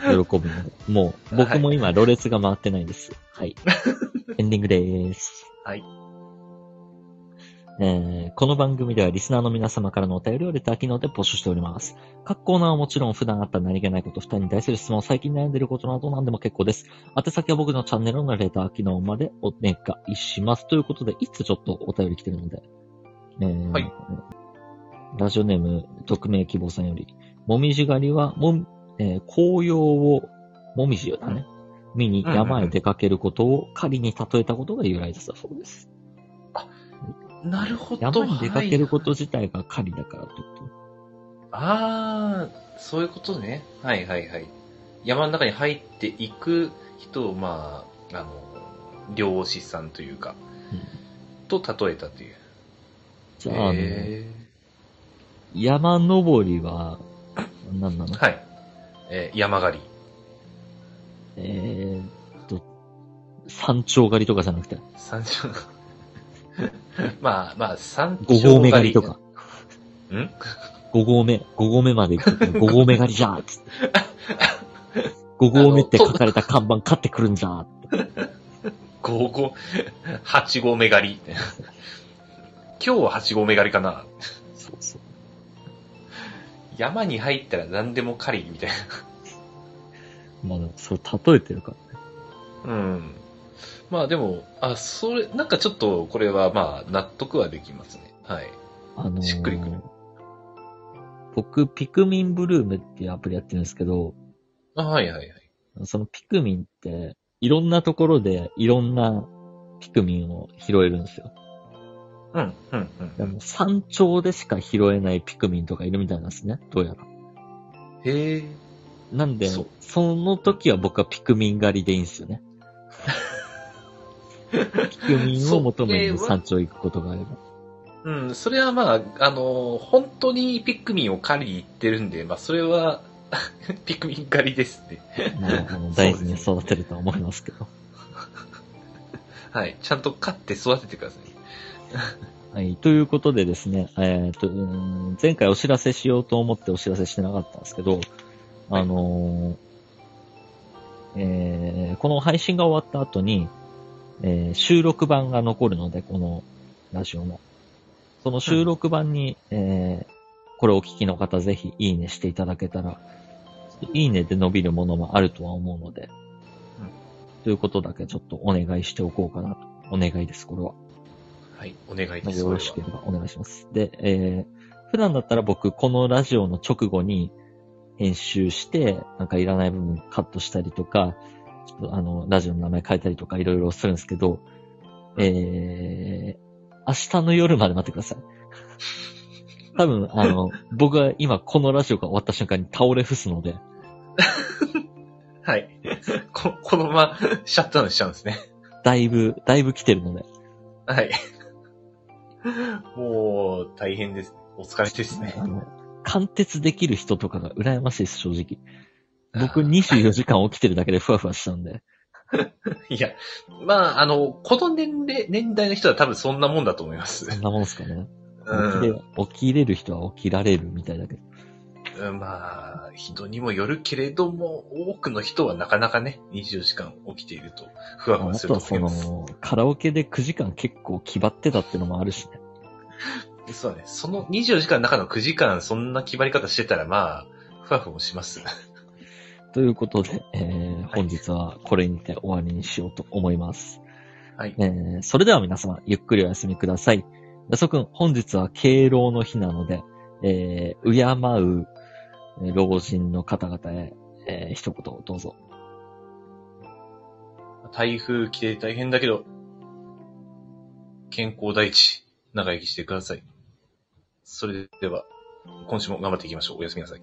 Speaker 1: 喜ぶので。もう、僕も今、ろれつが回ってないです。はい。エンディングでーす。
Speaker 2: はい。
Speaker 1: えーこの番組ではリスナーの皆様からのお便りをレター機能で募集しております。各コーナーはもちろん普段あった何気ないこと、二人に対する質問、最近悩んでいることなど何でも結構です。宛先は僕のチャンネルのレター機能までお願いします。ということで、いつちょっとお便り来てるので。えー
Speaker 2: はい
Speaker 1: ラジオネーム、匿名希望さんより、もみじ狩りは、もみ、えー紅葉を、もみじだね。見に山へ出かけることを狩りに例えたことが由来だそうです。
Speaker 2: なるほど。
Speaker 1: 山に出かけるこ
Speaker 2: は
Speaker 1: と自体が狩りだからってこと。
Speaker 2: いああ、そういうことね。はいはいはい。山の中に入っていく人を、まあ、あの、漁師さんというか、
Speaker 1: うん
Speaker 2: と例えたという。
Speaker 1: じゃあ、あの
Speaker 2: へ
Speaker 1: 山登りは、何なの
Speaker 2: ーはい。えー山狩り。
Speaker 1: えーっと、山頂狩りとかじゃなくて、
Speaker 2: 山頂 まあまあ、山頂
Speaker 1: 5合目狩りとか。。
Speaker 2: ん
Speaker 1: 5合目、5合目まで行くときに、5合目 狩りじゃーっつって。5合目って書かれた看板買ってくるんじゃーって。
Speaker 2: 五合、八合目狩り。今日は八合目狩りかな。
Speaker 1: そうそう。
Speaker 2: 山に入ったら何でも狩りみたい
Speaker 1: まあでも、それ例えてるから。
Speaker 2: な。うん。まあでも、あ、それ、なんかちょっとこれはまあ納得はできますね。はい。
Speaker 1: あのー
Speaker 2: しっくりくる
Speaker 1: 僕、ピクミンブルームっていうアプリやってるんですけど、
Speaker 2: あはいはいはい。
Speaker 1: そのピクミンって、いろんなところでいろんなピクミンを拾えるんですよ。
Speaker 2: うん、うん、う
Speaker 1: で
Speaker 2: ん。
Speaker 1: も山頂でしか拾えないピクミンとかいるみたいなんですね、どうやら。
Speaker 2: へえ。
Speaker 1: なんで、
Speaker 2: そう
Speaker 1: その時は僕はピクミン狩りでいいんです よね。ピクミンを求めに
Speaker 2: それは
Speaker 1: 山頂行くことがあれば。
Speaker 2: うん、それはまあ、あのー本当にピクミンを狩りに行ってるんで、まあそれは、 ピクミン狩りですね。
Speaker 1: まああの大事に育てるとは思いますけど。
Speaker 2: はい。ちゃんと飼って育ててください。
Speaker 1: はい。ということでですね、えっ、と、うーん前回お知らせしようと思ってお知らせしてなかったんですけど、あのーえーこの配信が終わった後に、えー収録版が残るので、このラジオも。その収録版に、えーこれをお聞きの方、ぜひいいねしていただけたら、いいねで伸びるものもあるとは思うので、
Speaker 2: うん
Speaker 1: ということだけちょっとお願いしておこうかなと。お願いです、これは。
Speaker 2: はい。お願い
Speaker 1: ま
Speaker 2: いた
Speaker 1: あ
Speaker 2: し
Speaker 1: よろ
Speaker 2: ま
Speaker 1: し
Speaker 2: す
Speaker 1: け。ればお願いします。で、えー、普段だったら僕、このラジオの直後に編集して、なんかいらない部分カットしたりとか、ちょっとあの、ラジオの名前変えたりとかいろいろするんですけど、えー、明日の夜まで待ってください。多分、あの、僕は今このラジオが終わった瞬間に倒れ伏すので、
Speaker 2: はい。 こ、このままシャットアウンしちゃうんですね。
Speaker 1: だいぶ、だいぶ来てるので、
Speaker 2: はい。もう、大変です。お疲れですね
Speaker 1: あ。の、貫徹できる人とかが羨ましいです、正直。僕24時間起きてるだけでふわふわしちゃうんで。
Speaker 2: いや、まあ、あの、この年齢、年代の人は多分そんなもんだと思います。
Speaker 1: そんなもんすかね。
Speaker 2: うん
Speaker 1: 起きれ起きれる人は起きられるみたいだけど。
Speaker 2: うんまあ、人にもよるけれども、多くの人はなかなかね、24時間起きていると、ふわふ
Speaker 1: あ
Speaker 2: わす
Speaker 1: と
Speaker 2: る
Speaker 1: は
Speaker 2: と
Speaker 1: そ
Speaker 2: 思います。
Speaker 1: の、カラオケで9時間結構気張ってたってのもあるしね。
Speaker 2: そうだね。その24時間の中の9時間、そんな決まり方してたら、まあ、ふわふわもします。
Speaker 1: ということで、えー、本日はこれにて終わりにしようと思います。
Speaker 2: はい。
Speaker 1: えー、それでは皆様、ゆっくりお休みください。安尾くん、本日は敬老の日なので、えー、敬うえー老人の方々へ、えー、一言をどうぞ。
Speaker 2: 台風来て大変だけど、健康第一、長生きしてください。それでは、今週も頑張っていきましょう。おやすみなさい。